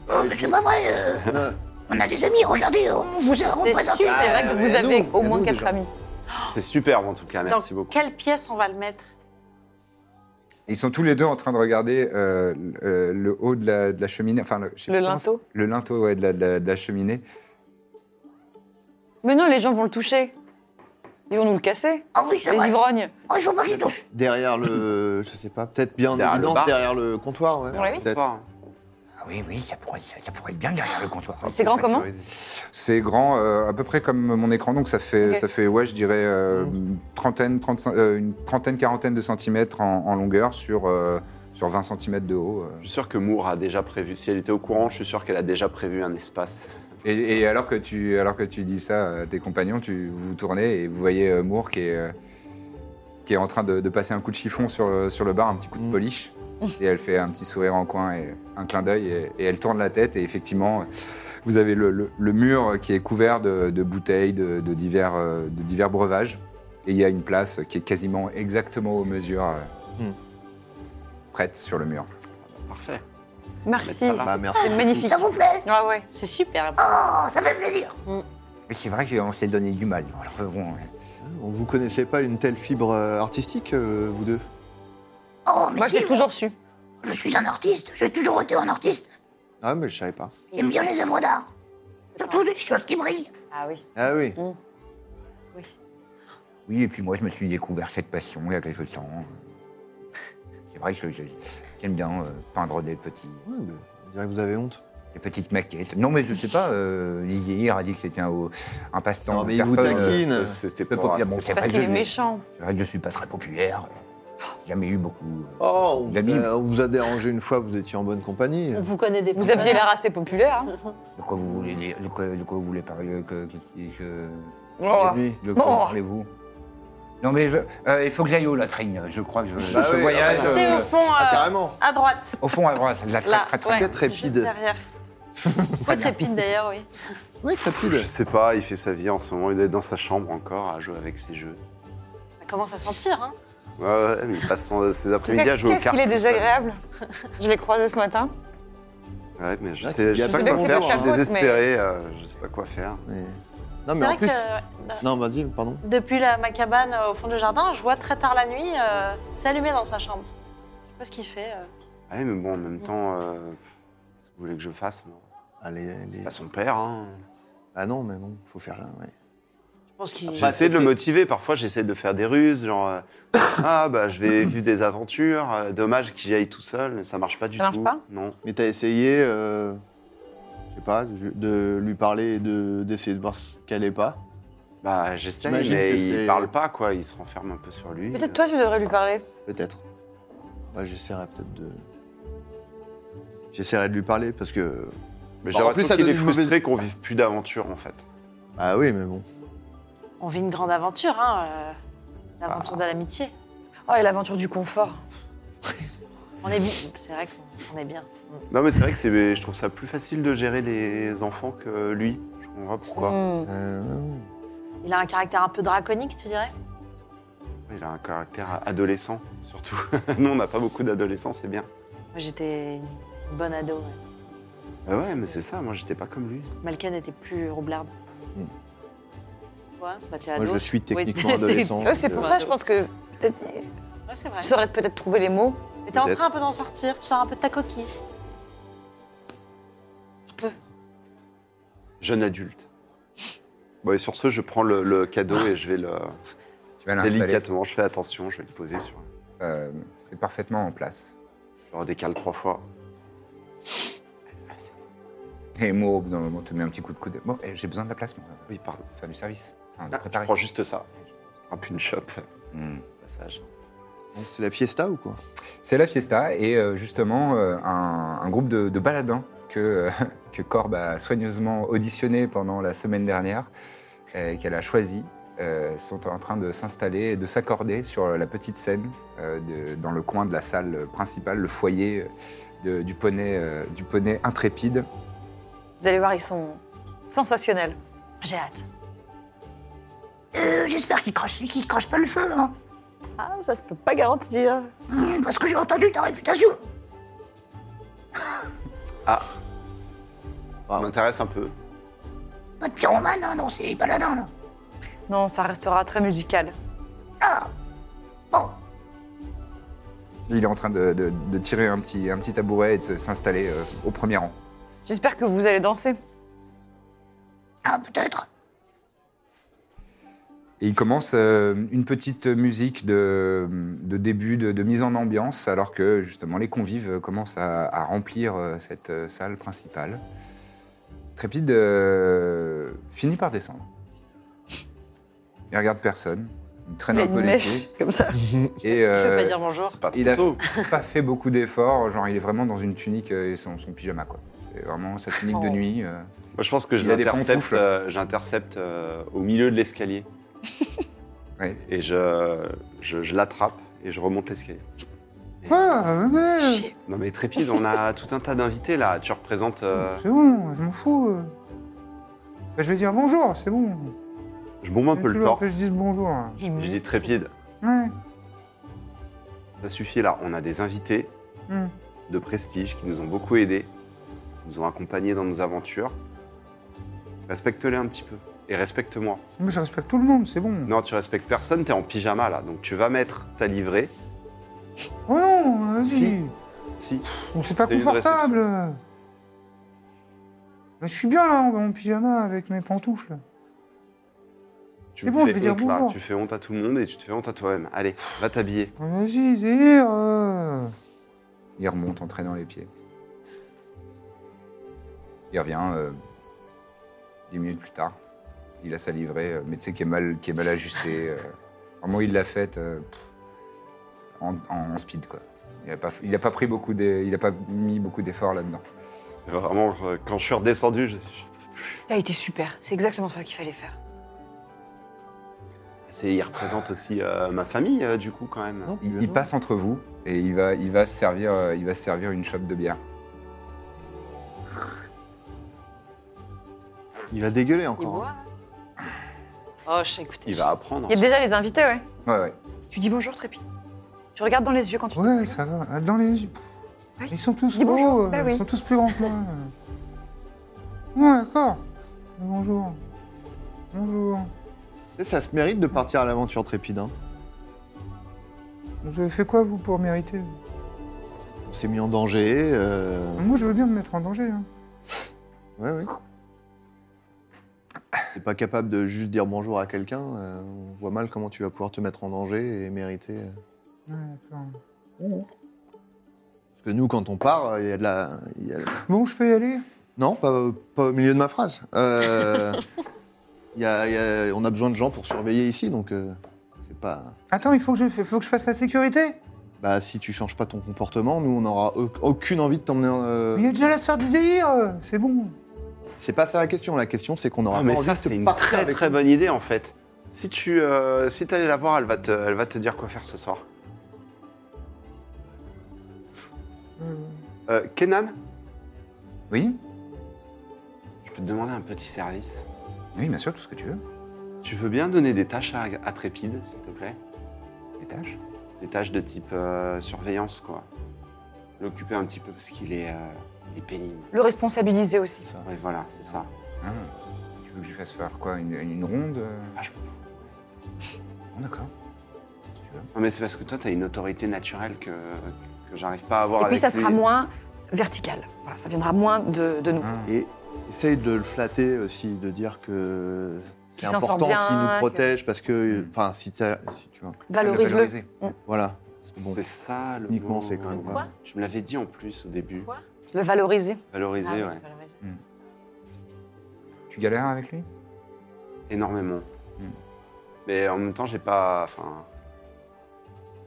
G: Oh, mais c'est pas vrai euh,
C: Non,
G: On a des amis, regardez,
H: oh.
G: on vous a
H: C'est
G: représenté.
H: super. C'est vrai que
C: mais
H: vous avez
C: Ah, nous,
I: Au
C: mais
I: moins
C: nous,
I: quatre
C: déjà. Ah,
I: amis.
B: C'est superbe en tout cas,
H: Dans
B: merci beaucoup.
H: quelle pièce on va le mettre
A: Ils sont tous les deux en train de regarder euh, le- le haut de la, de la cheminée. Enfin, je sais
I: Le
A: plus comment c'est-
I: linteau.
A: Le linteau ouais, de, la, de la- de la cheminée.
I: Mais non, les gens vont le toucher. Ils vont nous le casser.
G: Ah oui, c'est
I: Les
G: vrai.
I: ivrognes.
G: Oh, il faut pas qu'ils touchent.
C: Derrière le. Je sais pas, peut-être bien en
B: Derrière le
C: évidence,
B: bar.
C: derrière le comptoir, ouais.
H: Oui.
C: Peut-être.
B: Bonsoir.
A: Ah oui, oui, ça pourrait, ça, ça pourrait être bien derrière le comptoir.
I: C'est grand comment
A: C'est grand, euh, à peu près comme mon écran, donc ça fait,
I: Ok. Mmh.
A: ça fait ouais, je dirais, euh, une trentaine, 35, euh, une trentaine, quarantaine de centimètres en, en longueur sur, euh, sur 20 centimètres de haut. euh.
B: Je suis sûr que Moore a déjà prévu. Si elle était au courant, je suis sûr qu'elle a déjà prévu un espace.
A: Et, et alors, que tu, alors que tu dis ça à tes compagnons, tu, vous vous tournez et vous voyez euh, Moore qui est, euh, qui est en train de, de passer un coup de chiffon sur, le- sur le bar, un petit coup de
C: Mm.
A: polish. Et elle fait un petit sourire en coin et un clin d'œil et, et elle tourne la tête et effectivement, vous avez le, le- le mur qui est couvert de, de bouteilles, de, de divers, euh, de divers
C: Mm.
A: breuvages. Et il y a une place qui est quasiment exactement aux mesures. euh, prête sur le mur.
B: Parfait.
H: Merci.
B: Ça va.
C: Bah, merci.
H: C'est magnifique.
G: Ça vous plaît
H: Ah ouais, c'est super.
G: Oh, ça fait plaisir
I: Mm.
A: Mais c'est vrai qu'on s'est donné du mal. Alors, euh, bon,
C: On vous connaissez pas une telle fibre euh, artistique, euh, vous deux
G: Oh, mais
H: Moi, j'ai
G: si,
H: toujours su.
G: je suis un artiste, j'ai toujours été un artiste.
C: Ah, mais je savais pas.
G: J'aime bien les œuvres d'art. Surtout des choses qui brillent.
H: Ah oui,
C: Ah oui.
H: oui.
A: Oui, et puis moi, je me suis découvert cette passion il y a quelque temps. C'est vrai que je- je- j'aime bien euh, peindre des, petits,
C: Ouais, mais on dirait que vous avez honte.
A: des petites maquettes. Non, mais je sais pas, euh, Lisier a dit que c'était un, un passe-temps.
C: Non, mais il
A: Personne,
C: vous
A: euh,
C: taquine.
B: C'était
A: peu
B: pour.
A: populaire. Bon, c'est
H: Parce
A: vrai, que
H: qu'il
A: je
H: est
A: n'ai-
H: méchant.
A: c'est vrai que je suis pas très populaire. J'ai Jamais eu beaucoup. euh,
C: Oh, on, vous
A: D'abîme.
C: a- on vous a dérangé une fois, vous étiez en bonne compagnie.
H: On vous connaît des
I: Vous aviez l'air assez populaire. hein.
A: De quoi vous voulez, les- de quoi, de quoi vous voulez parler euh, que, qu'est-ce que-
H: Oh.
C: Et puis-
A: De quoi parlez-vous Non, mais je- euh, il faut que j'aille au latrine. Je crois que je,
C: Bah
A: je
C: oui,
A: voyage
C: ah,
H: C'est
A: euh,
H: au fond,
C: Ah,
H: euh,
C: carrément.
H: à droite.
A: au fond à droite. La
H: Là,
A: très, très,
H: ouais,
C: très
H: juste
C: rapide.
H: derrière. Très rapide d'ailleurs, oui.
C: Oui, très rapide.
B: Je sais pas, il fait sa vie en ce moment, il est dans sa chambre encore à jouer avec ses jeux.
H: Ça commence à sentir, hein.
B: Ouais, ouais, mais il passe son- ses après-midi à jouer aux
I: Qu'est-ce
B: cartes.
I: qu'il est
B: tout seul.
I: désagréable. Je l'ai croisé ce matin.
B: Ouais, mais je
C: Là,
B: sais,
C: il y
B: je
C: a
B: sais
C: pas
B: pas
C: que
B: quoi
C: c'est
B: faire,
C: de
B: je
C: sa
B: suis
I: faute,
B: désespéré, euh, je sais pas quoi faire.
C: Mais- Non,
H: C'est
C: mais en
H: vrai
C: plus.
H: que euh,
C: Non, bah dis, pardon.
H: depuis la, ma cabane euh, au fond du jardin, je vois très tard la nuit, euh, c'est allumé dans sa chambre. Je sais pas ce qu'il fait. euh.
B: Ouais, mais bon, en même temps, euh, qu'est-ce que vous voulez que je fasse moi
C: Allez, Ah, les...
B: Pas son père, hein.
C: Ah non, mais non, faut faire. ouais.
H: Je pense qu'il.
C: Bah,
B: J'ai essayé de le motiver, parfois j'essaie de faire des ruses, genre euh, Ah bah je vais vivre des aventures, euh, dommage qu'il y aille tout seul, ça marche pas du
H: Ça marche
B: tout.
H: pas
B: non.
C: Mais t'as essayé, euh, je sais pas, de de lui parler et de- d'essayer de voir ce qu'elle est pas.
B: Bah j'essaie,
C: J'imagine que
B: mais il
C: c'est-
B: parle pas quoi, il se renferme un peu sur lui.
I: Peut-être toi, tu devrais lui parler.
C: Peut-être. Bah, j'essaierai peut-être de. J'essaierai de lui parler parce que.
B: Mais
C: Bon,
B: j'ai
C: en plus,
B: l'impression
C: ça
B: qu'il
C: donne
B: est
C: une mauvaise-
B: frustré qu'on vive plus d'aventures en fait.
C: Ah oui, mais bon.
H: On vit une grande aventure, hein. euh, L'aventure
C: Ah.
H: de l'amitié.
I: Oh, et l'aventure du confort.
H: On est bien. C'est vrai qu'on est bien.
B: Non mais c'est vrai que c'est, je trouve ça plus facile de gérer les enfants que lui. Je comprends pas pourquoi.
H: Hmm.
C: Euh,
H: Il a un caractère un peu draconique, tu dirais
B: Il a un caractère adolescent surtout. Nous on n'a pas beaucoup d'adolescents, c'est bien.
H: Moi, j'étais une bonne ado. ouais.
C: Ah
B: Bah ouais mais c'est ça, moi j'étais pas comme lui.
H: Malken était plus roublarde.
C: Hmm.
H: Ouais, bah t'es
C: moi,
H: ado.
C: je suis techniquement
H: t'es-
C: adolescent.
I: Eux, c'est
C: donc,
I: pour
C: euh,
I: ça, je pense que peut-être
H: Ouais, c'est vrai.
I: ils sauraient peut-être trouver les mots.
H: Mais t'es en
C: Peut-être.
H: train un peu d'en sortir, tu sors un peu de ta coquille.
B: Jeune adulte. Bon et sur ce je prends le, le cadeau et je vais le
A: tu vas l'installer.
B: délicatement, je fais attention, je vais le poser sur.
A: Euh, c'est parfaitement en place.
B: Je le redécale trois fois.
A: Et moi, au bout d'un moment, tu mets un petit coup de coude. Bon, eh, j'ai besoin de la place, moi.
B: Oui pardon.
A: Faire du service. Enfin, de
B: Ah, je
A: préparer.
B: prends juste ça. Un une chope.
A: Hmm.
B: Passage.
C: donc, C'est la fiesta ou quoi
A: C'est la fiesta et euh, justement euh, un, un groupe de, de baladins que, euh, que Corbe a soigneusement auditionné pendant la semaine dernière et qu'elle a choisi euh, sont en train de s'installer et de s'accorder sur la petite scène euh, de- dans le coin de la salle principale, le foyer de- du, poney, euh, du poney intrépide.
I: Vous allez voir, ils sont sensationnels.
H: J'ai hâte.
G: Euh, J'espère qu'il crache, qu'il crache pas le feu, hein.
I: Ah, ça, je peux pas garantir.
G: Hmm, Parce que j'ai entendu ta réputation.
B: Ça m'intéresse un peu.
G: Pas de pyromane, hein, non, c'est baladin, là.
I: Non, ça restera très musical.
G: Bon,
A: Il est en train de, de- de tirer un petit, un petit tabouret et de se- s'installer euh, au premier rang.
I: J'espère que vous allez danser.
G: ah, peut-être.
A: Et il commence euh, une petite musique de, de début, de, de mise en ambiance, alors que justement les convives euh, commencent à, à remplir euh, cette euh, salle principale. Trépide euh, finit par descendre. Il regarde personne, il traîne
I: Il a
A: un peu
I: une
A: les
I: mèche
A: pieds.
I: comme ça.
A: Et
H: Je veux
A: euh,
H: pas dire bonjour.
B: C'est pas
A: il a
B: trop tôt.
A: pas fait beaucoup d'efforts, genre il est vraiment dans une tunique euh, et son, son pyjama quoi. C'est vraiment sa tunique de
I: Oh.
A: nuit. euh.
B: Moi, je pense que je
A: Il a des
B: l'intercepte
A: pantoufles.
B: euh, j'intercepte, euh, au milieu de l'escalier.
A: Ouais.
B: Et je, je, je l'attrape et je remonte l'escalier. Et-
A: Ah, ouais,
B: Non mais Trépide, on a tout un tas d'invités là. Tu représentes... euh,
A: c'est bon, je m'en fous. euh. Je vais dire bonjour, c'est bon.
B: je bombe un peu le torse.
A: Que je dise bonjour.
H: Il me-
B: Je dis Trépide,
A: Ouais.
B: ça suffit là. On a des invités.
I: Mm.
B: de prestige qui nous ont beaucoup aidés, qui nous ont accompagnés dans nos aventures. Respecte-les un petit peu et respecte-moi.
A: Mais je respecte tout le monde, c'est bon.
B: Non, tu respectes personne, t'es en pyjama là, donc tu vas mettre ta livrée.
A: Oh non, vas-y.
B: Si. Si,
A: Bon, c'est pas
B: C'est une
A: confortable. Mais je suis bien là, en en pyjama avec mes pantoufles.
B: tu
A: C'est
B: me
A: bon,
B: fais
A: je vais dire
B: honte, là,
A: bonjour.
B: Tu fais honte à tout le monde et tu te fais honte à toi-même. Allez, va t'habiller.
A: Vas-y, Zéhir. euh. Il remonte en traînant les pieds. Il revient euh, dix minutes plus tard. Il a sa livrée, euh, mais tu sais, qui est mal, qui est mal ajustée. euh. Vraiment, il l'a faite euh, pff, en, en- en speed, quoi. Il n'a pas, il a pas pris beaucoup d'e- il a pas mis beaucoup d'efforts là-dedans.
B: Vraiment, euh, quand je suis redescendu, je- je-
E: T'as été super. C'est exactement ça qu'il fallait faire.
B: c'est- il représente aussi euh, ma famille euh, du coup quand même.
C: Non,
A: Il,
C: bien
A: il
C: non.
A: passe entre vous et il va, il va se servir, euh, il va se servir une chope de bière.
C: Il va dégueuler
H: Il
C: encore.
H: boit. Oh, je sais, écoutez.
B: Il va apprendre.
I: Il y a
B: ensuite.
I: déjà les invités, ouais.
A: Ouais, ouais.
E: Tu dis bonjour, Trépi.
I: Tu regardes dans les yeux quand tu.
A: Ouais, ça va. Ah, Dans les. Ils sont tous
I: Dis
A: gros,
I: bonjour.
A: euh,
I: Bah oui.
A: ils sont tous plus grands que moi. Ouais, d'accord. Bonjour. Bonjour.
C: Tu sais, Ça se mérite de partir à l'aventure trépide. hein.
A: Vous avez fait quoi, vous, pour mériter
C: On s'est mis en danger. euh,
A: Moi, je veux bien me mettre en danger. hein.
C: Ouais, ouais. T'es pas capable de juste dire bonjour à quelqu'un. euh, on voit mal comment tu vas pouvoir te mettre en danger et mériter. euh.
A: Ouais, d'accord.
C: Parce que nous, quand on part, euh, il y a de la. il y a-
A: Bon, je peux y aller
C: Non, pas, pas au milieu de ma phrase. Euh, il y a- il y a- on a besoin de gens pour surveiller ici, donc euh, c'est pas.
A: Attends, il faut que, je, faut que je fasse la sécurité
C: Bah, si tu changes pas ton comportement, nous, on n'aura au- aucune envie de t'emmener. en- euh,
A: Mais Il y a déjà la sœur d'Iséir euh, C'est bon.
C: C'est pas ça la question. La question, c'est qu'on aura.
B: Ah, mais
C: pas
B: ça
C: envie de te
B: c'est une
C: partir
B: très
C: avec
B: très
C: nous.
B: bonne idée en fait. Si tu euh, si t'allais la voir, elle va te elle va te dire quoi faire ce soir.
C: Hmm.
B: Euh, Kenan,
A: Oui
B: je peux te demander un petit service.
A: Oui, bien sûr, tout ce que tu veux.
B: Tu veux bien donner des tâches à, à Trépide, s'il te plaît
A: Les tâches.
B: Des tâches de type euh, surveillance, quoi. L'occuper un petit peu parce qu'il est, euh, il est pénible.
I: Le responsabiliser aussi.
B: Ouais, voilà, c'est ça.
A: Ah, tu veux que je fasse faire quoi Une, une ronde euh
B: Ah, je m'en fous.
A: Bon, D'accord.
B: Non, mais c'est parce que toi, t'as une autorité naturelle que, que j'arrive pas à avoir
I: Et
B: avec
I: puis ça sera
B: lui.
I: moins vertical. Voilà, ça viendra moins de, de nous.
A: Mmh.
C: Et essaye de le flatter aussi, de dire que c'est
I: Qu'il s'en sort
C: important
I: bien,
C: qu'il
I: que-
C: nous protège parce
A: Mmh.
C: que, enfin, si, t'as- si tu vois,
A: Le
I: Valorise-le. Mmh.
A: valoriser.
C: voilà. Parce que bon,
B: C'est ça Ah, le
C: Uniquement,
B: mot.
C: c'est quand même
H: Quoi
B: Tu me l'avais dit en plus au début.
H: Quoi
I: Le valoriser.
B: Valoriser,
H: Ah oui,
B: ouais.
H: valoriser.
A: Tu galères avec lui
B: Énormément.
A: Mm.
B: Mais en même temps, j'ai pas. Enfin.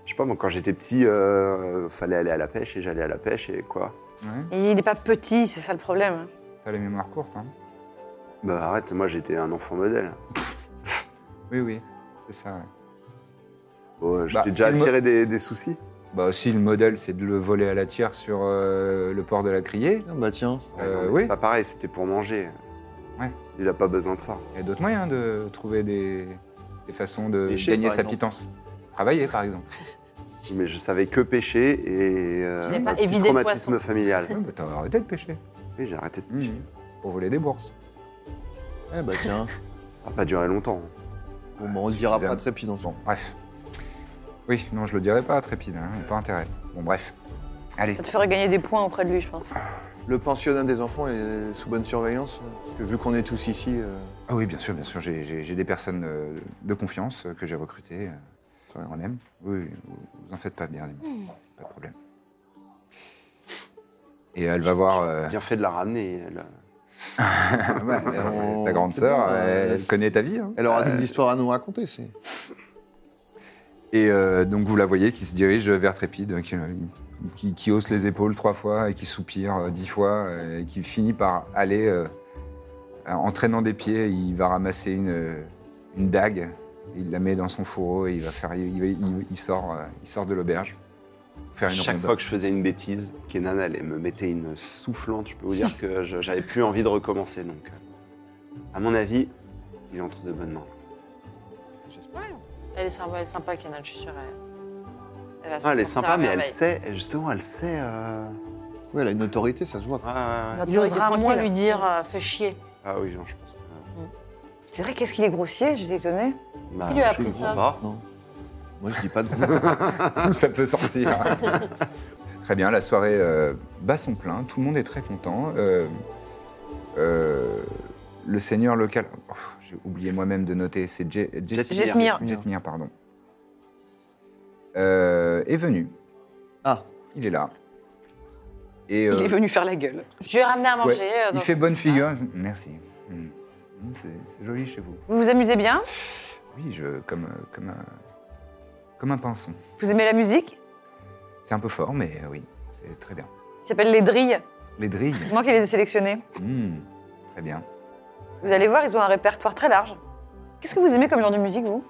B: Je sais pas, moi, quand j'étais petit, euh, fallait aller à la pêche et j'allais à la pêche et quoi.
A: Ouais.
I: Et il n'est pas petit, c'est ça le problème.
A: T'as les mémoires courtes, hein
B: Bah arrête, moi j'étais un enfant modèle.
A: Oui, oui. C'est ça, ouais.
B: Ouais, Oh, je
A: Bah,
B: t'ai Euh, déjà
A: c'est le mo-
B: attiré des, des soucis.
A: Bah aussi, le modèle, c'est de le voler à la tire sur euh, le port de la criée.
C: ah, bah tiens,
B: Ouais,
A: Euh,
B: non, mais
A: oui.
B: C'est pas pareil, c'était pour manger.
A: Ouais.
B: Il a pas besoin de ça.
A: Il y a d'autres moyens de trouver des, des façons de
C: Pêcher,
A: Euh, gagner
C: par
A: sa
C: exemple.
A: pitance. Travailler, par exemple.
B: Mais je savais que pêcher et euh,
H: Il a pas
B: un petit
H: évidé le
B: traumatisme
H: poisson.
B: familial.
D: Ah,
A: Ouais, bah, T'as arrêté de pêcher.
B: Et j'ai arrêté de
A: Mhm.
B: pêcher.
A: Pour voler des bourses.
C: eh bah tiens,
B: Ça n'a pas duré longtemps.
C: bon, bah, on se dira pas
A: Suffisamment.
C: très dans
A: Bon, bref. Oui, non, je le dirai pas à Trépide, hein, y a pas intérêt. Bon, bref. Allez.
I: Ça te ferait gagner des points auprès de lui, je pense.
C: Le pensionnat des enfants est sous bonne surveillance, parce que vu qu'on est tous ici, euh,
A: Ah oui, bien sûr, bien sûr, j'ai- j'ai j'ai des personnes euh, de confiance euh, que j'ai recrutées. euh,
C: Très bien.
A: On aime. Oui, oui, vous, vous en faites pas bien,
F: Hmm.
A: Emma. pas de problème. Et elle va voir euh,
B: Bien fait de la ramener. elle.
A: ouais,
C: on-
A: ta grande
C: c'est
A: sœur,
C: bien,
A: elle,
C: euh,
A: elle connaît ta vie. hein. Ah,
C: elle aura des histoires à nous raconter. C'est
I: Ah,
A: Et euh, donc vous la voyez qui se dirige vers Trépide, qui, qui- qui hausse les épaules trois fois et qui soupire euh, dix fois, euh, et qui finit par aller euh, en traînant des pieds. Il va ramasser une, une dague, il la met dans son fourreau et il va faire, il, il- il- il sort, euh, il sort de l'auberge. pour Faire une
B: Chaque
A: ronde.
B: fois que je faisais une bêtise, Kenan allait me mettait une soufflante. Je peux vous dire que je- j'avais plus envie de recommencer. Donc, euh, à mon avis, il est entre de bonnes mains.
H: Elle est sympa, elle est sympa, Kenan, je suis sûre. Elle, elle va se
B: Ah, elle est
H: sentir
B: sympa,
H: à
B: mais elle
H: merveille.
B: sait, justement, elle sait.
A: euh,
C: Oui, elle a une autorité, ça se voit.
H: Il osera moins lui dire euh, fais chier.
B: Ah oui, non, je pense que. euh,
E: Mm. C'est vrai, qu'est-ce qu'il est grossier J'étais étonnée.
B: Bah,
H: Qui lui a
B: je
H: appris
B: comprends
H: ça
B: pas.
C: Moi, je dis pas de
A: Tout ça peut sortir. très bien, la soirée euh, bat son plein, tout le monde est très content. Euh, euh, le seigneur local, oh, j'ai oublié moi-même de noter, c'est Je- Je-
B: Jetmir.
I: Jetmir.
A: Jetmir, pardon. Euh, est venu.
C: Ah.
A: Il est là. Et,
E: Il
A: euh,
E: est venu faire la gueule.
H: Je lui ai ramené à manger.
A: ouais,
H: euh,
A: il
H: donc-
A: fait bonne figure. Merci. Mm. Mm, C'est c'est joli chez vous.
E: Vous vous amusez bien
A: Oui, je, comme, euh, comme, un, comme un pinson.
E: Vous aimez la musique
A: C'est un peu fort, mais euh, oui, c'est très bien.
E: Qui s'appelle Les Drilles.
A: Les drilles.
E: C'est moi qui les ai sélectionnés.
A: Mm, très bien.
E: Vous allez voir, ils ont un répertoire très large. Qu'est-ce que vous aimez comme genre de musique, vous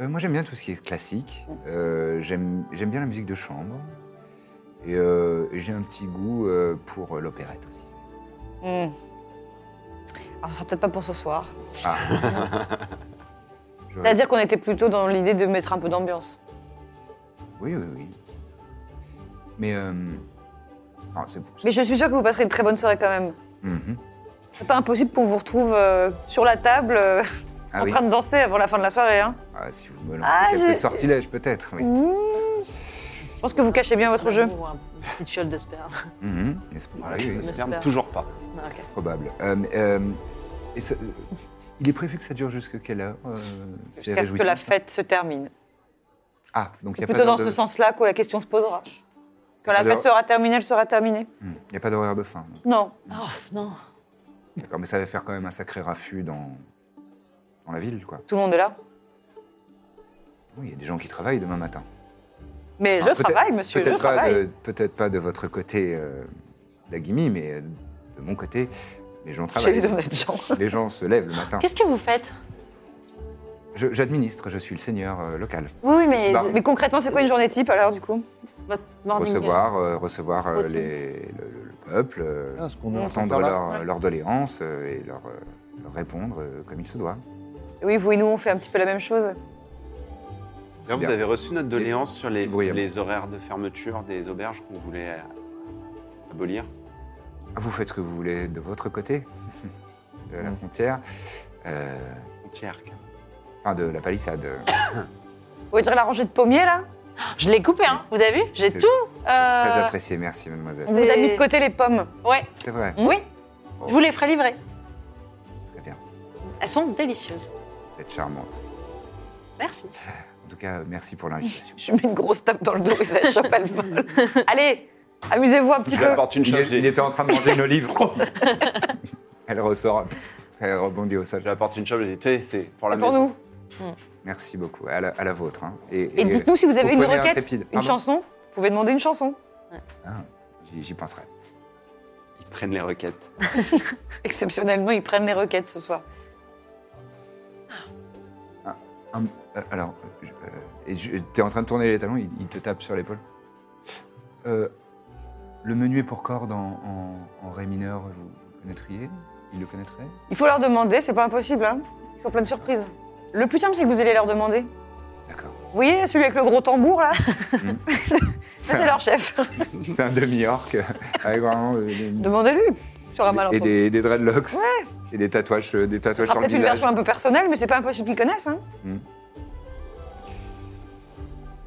A: Euh, moi, j'aime bien tout ce qui est classique. Euh, j'aime j'aime bien la musique de chambre. Et, euh, et j'ai un petit goût euh, pour euh, l'opérette aussi.
E: Hmm. Alors, Ah, ce sera peut-être pas pour ce soir.
A: Ah. Je-
E: C'est-à-dire qu'on était plutôt dans l'idée de mettre un peu d'ambiance.
A: Oui, oui, oui. Mais. euh, ah, c'est bon.
E: Mais je suis sûre que vous passerez une très bonne soirée quand même.
A: Mhm.
E: C'est pas impossible qu'on vous retrouve euh, sur la table euh,
A: Ah
E: en
A: oui.
E: train de danser avant la fin de la soirée. hein.
A: Ah, si vous me lancez
E: Ah,
A: quelques
E: j'ai-
A: sortilèges, peut-être. Oui.
E: Je pense que vous cachez bien votre jeu.
H: Ou un- une petite fiole de sperme.
B: Ah,
A: Mhm. Et c'est-
B: Voilà,
A: oui,
B: je
A: oui,
B: me
A: c'est
B: sperme
H: J'espère.
B: toujours pas.
E: Ah,
H: Non, ok.
A: probable. Euh, mais, euh, et ça- euh, il est prévu que ça dure jusqu'à quelle heure euh, c'est
E: Jusqu'à ce que
A: réjouissant,
E: la
A: ça
E: fête se termine.
A: Ah, donc il n'y a, pas
E: Plutôt dans
A: d'heure
E: ce
A: de-
E: sens-là que la question se posera. Quand
A: Ah,
E: la
A: d'accord.
E: fête sera terminée, elle sera terminée.
A: Hmm, il y a pas d'horaire de fin. donc.
E: Non.
H: Oh, non.
A: D'accord, mais ça va faire quand même un sacré raffut dans, dans la ville, quoi.
E: Tout le monde est là.
A: Oui, il y a des gens qui travaillent demain matin.
E: Mais je
A: Alors, peut-être-
E: travaille, monsieur, je
A: peut-être pas
E: travaille.
A: de- Peut-être pas de votre côté, euh, d'Agimi, mais euh, de mon côté, les gens
E: Chez
A: travaillent.
E: les honnêtes gens.
A: Les gens se lèvent le matin.
H: Qu'est-ce que vous faites
A: Je- J'administre, je, suis le seigneur euh, local.
H: Oui, oui, mais
A: Bah,
E: Mais concrètement, c'est quoi une journée type alors, du coup
H: votre morning.
A: Recevoir, euh, recevoir euh,
H: Routine.
A: les- le, le- le peuple, euh,
C: Ah, ce qu'on est en train de
A: entendre
C: faire là.
A: leurs leurs doléances euh, et leur, euh, leur répondre euh, comme il se doit.
E: Oui, vous et nous, on fait un petit peu la même chose.
B: D'ailleurs, vous
A: Bien.
B: avez reçu notre doléance sur les,
A: Bruyamment.
B: les horaires de fermeture des auberges qu'on voulait euh, abolir.
A: Ah, Vous faites ce que vous voulez de votre côté de
C: Mm.
A: la frontière, euh,
B: Frontière, quoi.
A: enfin de la palissade.
E: Vous voulez dire la rangée de pommiers, là
H: Je l'ai coupé, hein. Vous avez vu J'ai
A: C'est-
H: tout. euh,
A: Très apprécié, merci mademoiselle.
E: On vous a mis de côté les pommes.
H: Ouais.
A: C'est vrai,
H: Oui. Je vous les ferai livrer.
A: Oh. très bien.
H: Elles sont délicieuses.
A: Vous êtes charmante.
H: Merci.
A: En tout cas, merci pour l'invitation.
E: Je mets une grosse tape dans le dos et ça chope à le vol. Allez, amusez-vous un petit peu.
B: une
A: Il, est- il était en train de manger une olive. Elle ressort, elle rebondit au sol.
B: J'apporte une chope, je dis, Tu sais, c'est pour la
C: Ah,
E: C'est pour
B: maison.
E: nous.
A: Merci beaucoup, à la, à la vôtre. hein. Et,
E: Et
A: Mm. et-
E: dites-nous si vous avez une
A: prenez un
E: requête,
A: trépide.
E: une
A: Pardon.
E: chanson. Vous pouvez demander une chanson.
A: Ah, j'y- J'y penserai.
B: Ils prennent les requêtes.
E: Exceptionnellement, ils prennent les requêtes ce soir.
A: Hum, euh, alors, je- euh, et je- t'es en train de tourner les talons, il, il te tape sur l'épaule. Euh, le menu est pour corde en, en- en ré mineur, vous, vous connaîtriez Il le connaîtrait
E: Il faut leur demander, c'est pas impossible. Hein. Ils sont pleins de surprises. Le plus simple, c'est que vous allez leur demander.
A: D'accord. Hmm.
E: Vous voyez, celui avec le gros tambour, là Ça, c'est
A: un-
E: leur chef.
A: C'est un demi-orc avec vraiment euh, des,
E: Demandez-lui. Il sera mal
A: et
E: entendu.
A: des, des dreadlocks et des tatouages, euh, des
E: Ce
A: tatouages
E: sera
A: sur le
E: peut-être une
A: visage.
E: version un peu personnelle, mais c'est pas impossible qu'ils connaissent. Hein.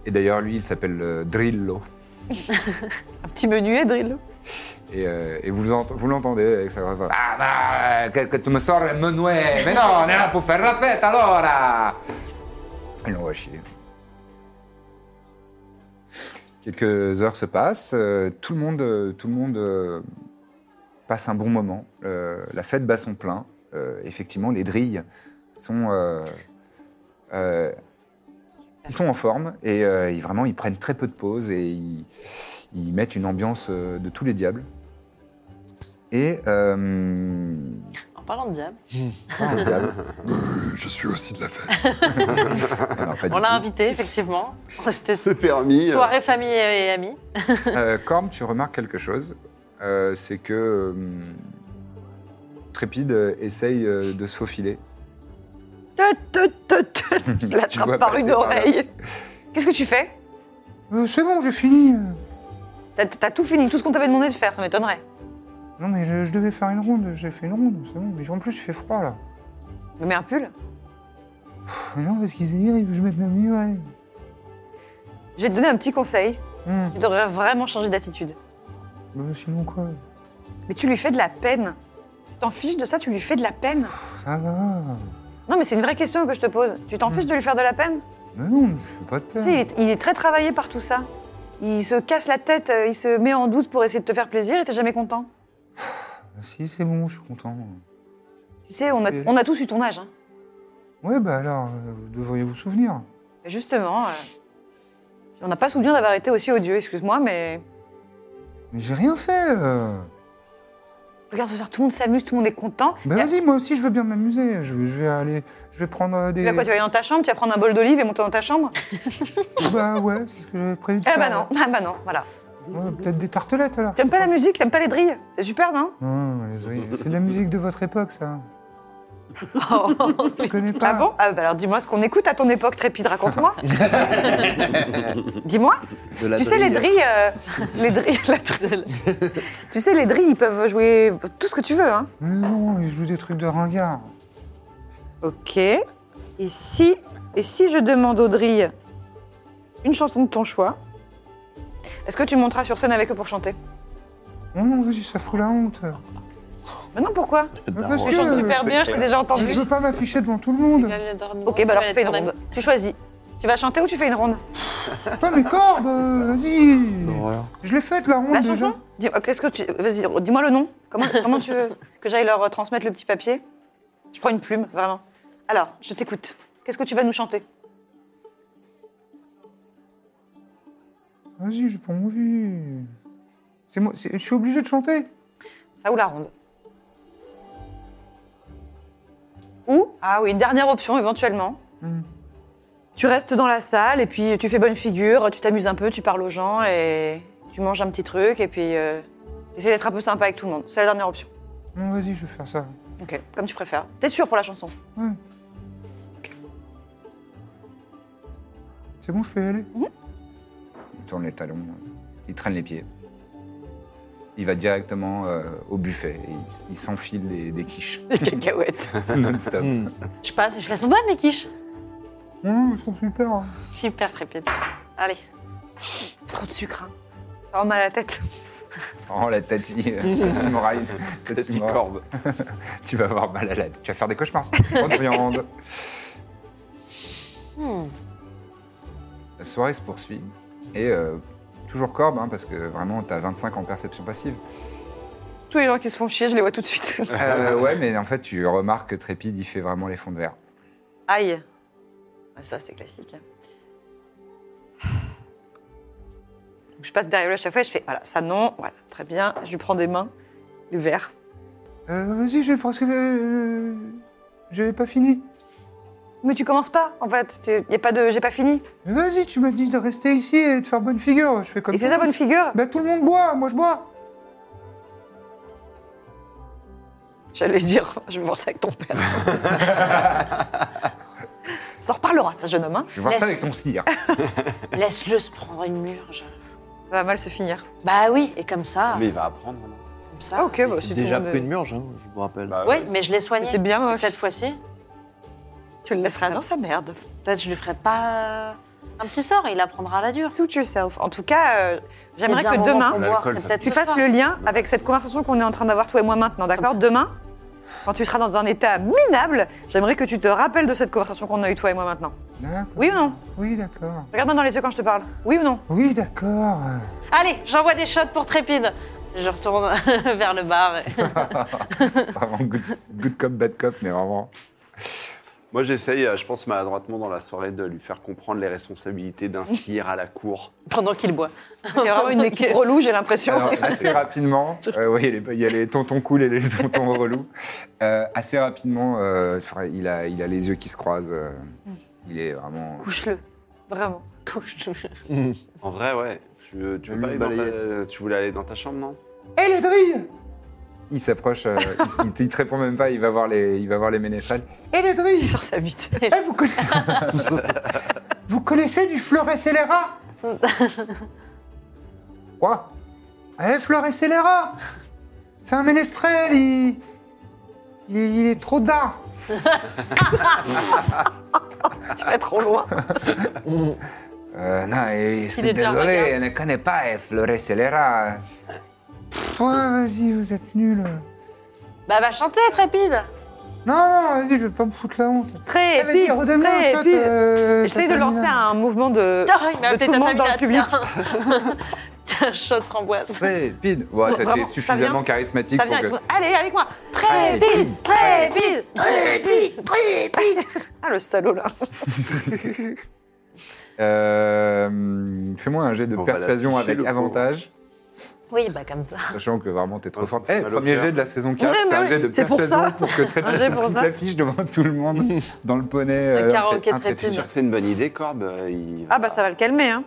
A: Et d'ailleurs, lui, il s'appelle euh, Drillo.
E: Un petit menuet, drill.
A: Et, euh, et vous, l'ent- vous l'entendez avec sa voix. Ah bah, que, que tu me sors le menuet Eh, Mais non, on est là pour faire la fête alors Il l'envoie chier. Quelques heures se passent, euh, tout le monde, euh, tout le monde euh, passe un bon moment. Euh, la fête bat son plein. Euh, effectivement, les drilles sont, euh, euh, ils sont en forme et euh, ils, vraiment ils prennent très peu de pauses et ils, ils mettent une ambiance euh, de tous les diables. Et euh,
H: En parlant de diable,
A: pas un diable.
D: Je suis aussi de la fête.
A: Non, pas du
H: on l'a
A: tout.
H: invité, effectivement. C'était
B: Ce permis. euh,
H: soirée famille et et amis.
A: Euh, Corne, tu remarques quelque chose. Euh, c'est que euh, Trépide euh, essaye euh, de se faufiler.
E: Tut, tut, tut, tut. Je
A: Tu vois
E: l'attrape par
A: passer
E: une
A: par là.
E: oreille. Qu'est-ce que tu fais
D: Euh, c'est bon, j'ai fini.
E: T'as- T'as tout fini, tout ce qu'on t'avait demandé de faire, ça m'étonnerait.
D: Non, mais je, je devais faire une ronde, j'ai fait une ronde, c'est bon. Mais en plus, il fait froid là.
E: Mais mets un pull.
D: Mais non, parce qu'il s'est dit, il faut que je mette ma nuit, ouais.
E: Je vais te donner un petit conseil.
D: Hmm.
E: Tu devrais vraiment changer d'attitude.
D: Bah, sinon quoi
E: Mais tu lui fais de la peine. Tu t'en fiches de ça, tu lui fais de la peine.
D: Ça va.
E: Non, mais c'est une vraie question que je te pose. Tu t'en fiches de lui faire de la peine
D: Mais non, mais je fais pas de
E: Tu
D: peur.
E: sais, il, est, il est très travaillé par tout ça. Il se casse la tête, euh, il se met en douce pour essayer de te faire plaisir et t'es jamais content.
D: Bah, Si, c'est bon, je suis content.
E: Tu sais, on a, on a tous eu ton âge. hein.
D: Ouais, bah alors, euh, vous devriez vous souvenir.
E: Et Justement, euh, on n'a pas souvenir d'avoir été aussi odieux, excuse-moi, mais
D: Mais j'ai rien fait. euh.
E: regarde ce soir, tout le monde s'amuse, tout le monde est content.
D: Bah
E: Et-
D: vas-y, moi aussi, je veux bien m'amuser. Je, vais- je vais aller, je vais prendre euh,
E: Tu
D: des.
E: vas quoi, tu vas aller dans ta chambre, tu vas prendre un bol d'olive et monter dans ta chambre
D: Bah ouais, c'est ce que j'avais prévu. de
E: Eh
D: faire,
E: bah non, ah bah non, voilà.
D: ouais. Ouais, Peut-être des tartelettes alors.
E: T'aimes pas la musique, t'aimes pas les drilles C'est hein super, non
D: Hum, les oreilles. c'est de la musique de votre époque, ça. Je connais
E: Ah
D: pas.
E: bon Ah bah alors dis-moi ce qu'on écoute à ton époque, Trépide, raconte-moi. dis-moi.
C: De la
E: Tu sais, les
C: drille.
E: drilles, euh, les drilles, la drille. tu sais, les drilles, ils peuvent jouer tout ce que tu veux. Hein.
D: Mais non, ils jouent des trucs de ringard.
E: Ok. Et si, et si je demande aux drilles une chanson de ton choix, est-ce que tu monteras sur scène avec eux pour chanter
D: Non, non, vas-y, ça fout la honte. Mais
E: Maintenant, pourquoi
D: parce
E: Ils chantent
D: euh,
E: super bien, je t'ai déjà entendu.
D: Je veux pas m'afficher devant tout le monde.
E: Ok, bah alors fais une ronde. Tu choisis. Tu vas chanter ou tu fais une ronde
D: Pas mes cordes, euh, vas-y.
C: Horreur.
D: Je l'ai faite la ronde
E: La
D: déjà.
E: chanson Dis- ok, est-ce que tu... Vas-y, dis-moi le nom. Comment, comment tu veux que j'aille leur euh, transmettre le petit papier Je prends une plume, vraiment. Alors, je t'écoute. Qu'est-ce que tu vas nous chanter
D: Vas-y, j'ai pas envie. C'est moi, c'est- je suis obligé de chanter.
E: Ça ou la ronde Ou Ah oui, une dernière option éventuellement. Tu restes dans la salle et puis tu fais bonne figure, tu t'amuses un peu, tu parles aux gens et tu manges un petit truc et puis euh, essaie d'être un peu sympa avec tout le monde. C'est la dernière option.
D: Non, vas-y, je vais faire ça.
E: Ok, comme tu préfères. T'es sûr pour la chanson
D: C'est bon, je peux y aller.
E: Mhm.
A: Il tourne les talons, euh, il traîne les pieds. Il va directement euh, au buffet. et il, s- il s'enfile des, des quiches
H: Des cacahuètes.
A: non-stop.
H: Je passe, je sont bonnes mes quiches.
D: Mmh, ils sont super. hein.
H: Super trépide. Allez.
E: Trop de sucre, hein. Ça rend mal à la tête.
A: Oh la tati, euh, tati Moraine, tati Mor-
B: Corbe.
A: Tu vas avoir mal à la Tu vas faire des cauchemars. sur ton propre viande.
H: Hmm.
A: La soirée se poursuit. Et euh, toujours Corbe, hein, parce que vraiment, t'as 25 en perception passive.
E: Tous les gens qui se font chier, je les vois tout de suite.
A: Euh, ouais, mais en fait, tu remarques que Trépide, il fait vraiment les fonds de verre.
E: Aïe.
H: Ouais, Ça, c'est classique.
E: Je passe derrière lui à chaque fois et je fais voilà, ça non, voilà, très bien. Je lui prends des mains, du verre.
D: Euh, vas-y, j'ai presque. euh, J'avais pas fini.
E: Mais tu commences pas, en fait. Tu- Y a pas de, j'ai pas fini.
D: Mais vas-y, tu m'as dit de rester ici et de faire bonne figure. Je fais comme
E: Et c'est
D: tout
E: ça
D: le monde.
E: bonne figure
D: Bah, tout le monde boit, moi je bois.
E: J'allais dire, je vais voir ça avec ton père. ça en reparlera, ça, jeune homme. hein.
A: Je vais voir ça
H: Laisse.
A: avec ton cire.
H: Laisse-le se prendre une murge.
E: Ça va mal se finir.
H: Bah oui, et comme ça.
B: Ah. Mais il va apprendre. non
H: Comme
E: Ah,
H: ça.
E: ok, bah,
C: J'ai
E: si
C: déjà
E: tout le monde
C: pris
E: est-
C: une murge, hein, je vous rappelle.
B: Bah,
H: Oui,
B: ouais,
H: mais je l'ai soigné.
E: Ah, C'était bien moche.
H: Cette fois-ci,
E: Tu le laisseras dans sa merde.
H: peut-être je lui ferai pas un petit sort, il apprendra à la dure.
E: Suit yourself. En tout cas, euh, j'aimerais
H: C'est bien
E: que
H: un moment
E: demain,
H: pour boire,
B: L'alcool,
H: c'est
B: ça.
H: peut-être
E: tu
H: ce
E: fasses
H: soir.
E: le lien avec cette conversation qu'on est en train d'avoir toi et moi maintenant, d'accord Demain, quand tu seras dans un état minable, j'aimerais que tu te rappelles de cette conversation qu'on a eue toi et moi maintenant.
D: D'accord.
E: Oui ou non
D: Oui, d'accord.
E: Regarde-moi dans les yeux quand je te parle. Oui ou non
D: Oui, d'accord.
H: Allez, j'envoie des shots pour Trépide. Je retourne vers le bar.
A: Vraiment, good, good cop, bad cop, mais vraiment.
B: Moi, j'essaye, euh, je pense maladroitement dans la soirée, de lui faire comprendre les responsabilités d'un sire à la cour.
H: Pendant qu'il boit.
E: Il y a vraiment une équipe relou, j'ai l'impression.
A: Alors, assez rapidement, euh, oui, il y a les- il y a les tontons cool et les tontons relous. Euh, assez rapidement, euh, enfin, il, a, il a les yeux qui se croisent. euh, il est vraiment. euh,
E: Couche-le. Vraiment.
B: En vrai, ouais. Tu, veux-
A: Euh,
B: tu veux
C: Allume
B: pas
A: bah-
B: aller dans ta-
C: balayette.
B: tu voulais aller dans ta chambre, non
D: Hé, les drilles
A: Il s'approche, euh, il, s- il te- il te répond même pas, il va voir les, il va voir les ménestrels.
D: Hé, les drilles
E: Sors sa bite.
D: Eh, vous connaissez... vous connaissez du fleuret scélérat
A: Quoi Eh, Fleur et Scélérat C'est un ménestrel, il... il... il est trop dard
E: Tu vas trop loin.
A: Euh, non, et- je suis
H: est déjà
A: désolé,
H: regard.
A: elle ne connaît pas eh, Fleur et Scélérat. Pff, Toi, vas-y, vous êtes nuls.
H: Bah, va chanter, Trépide
A: Non, non, vas-y, je vais pas me foutre la honte.
E: Très
A: Eh, vas-y,
E: épide,
A: redonne-moi un
E: très
A: shot.
E: épide.
A: euh,
E: J'essaie de
A: Catalina.
E: lancer un mouvement de,
H: Ah, il m'a
E: Euh, de
H: appelé
E: tout le
H: ta
E: monde dans le
H: famille,
E: public.
H: tiens. Tiens, chaud de framboise.
A: Très pide. Ouais,
E: Bon,
A: t'as
E: vraiment,
A: été
E: ça
A: suffisamment
E: vient.
A: charismatique
E: Ça vient
A: pour
E: avec
A: que...
E: tout- Allez, avec moi. Très
A: Très
E: épide, très épide.
G: Trépide, trépide.
E: Ah, le salaud, là.
A: Euh, Fais-moi un jet de
C: On va
A: persuasion
C: l'afficher,
A: avec
C: le pauvre.
A: avantage,
H: Oui, bah, comme ça.
A: sachant que vraiment t'es trop
B: Ouais,
A: forte.
B: ça fait
A: Eh,
B: mal au
A: premier
B: cœur.
A: jet de la saison 4,
E: Ouais,
A: c'est un
E: mais
A: jet
E: oui,
A: de
E: c'est pour
A: persuasion
E: ça.
A: pour, que très
E: Un jet pour
A: toute
E: ça.
A: l'affiche devant tout le monde dans le poney. euh,
H: karaoké
A: un
H: très
A: trépide.
H: pide.
B: Sûr que c'est une bonne idée, Corbe. euh, il
E: Ah, bah, ça va le calmer, hein.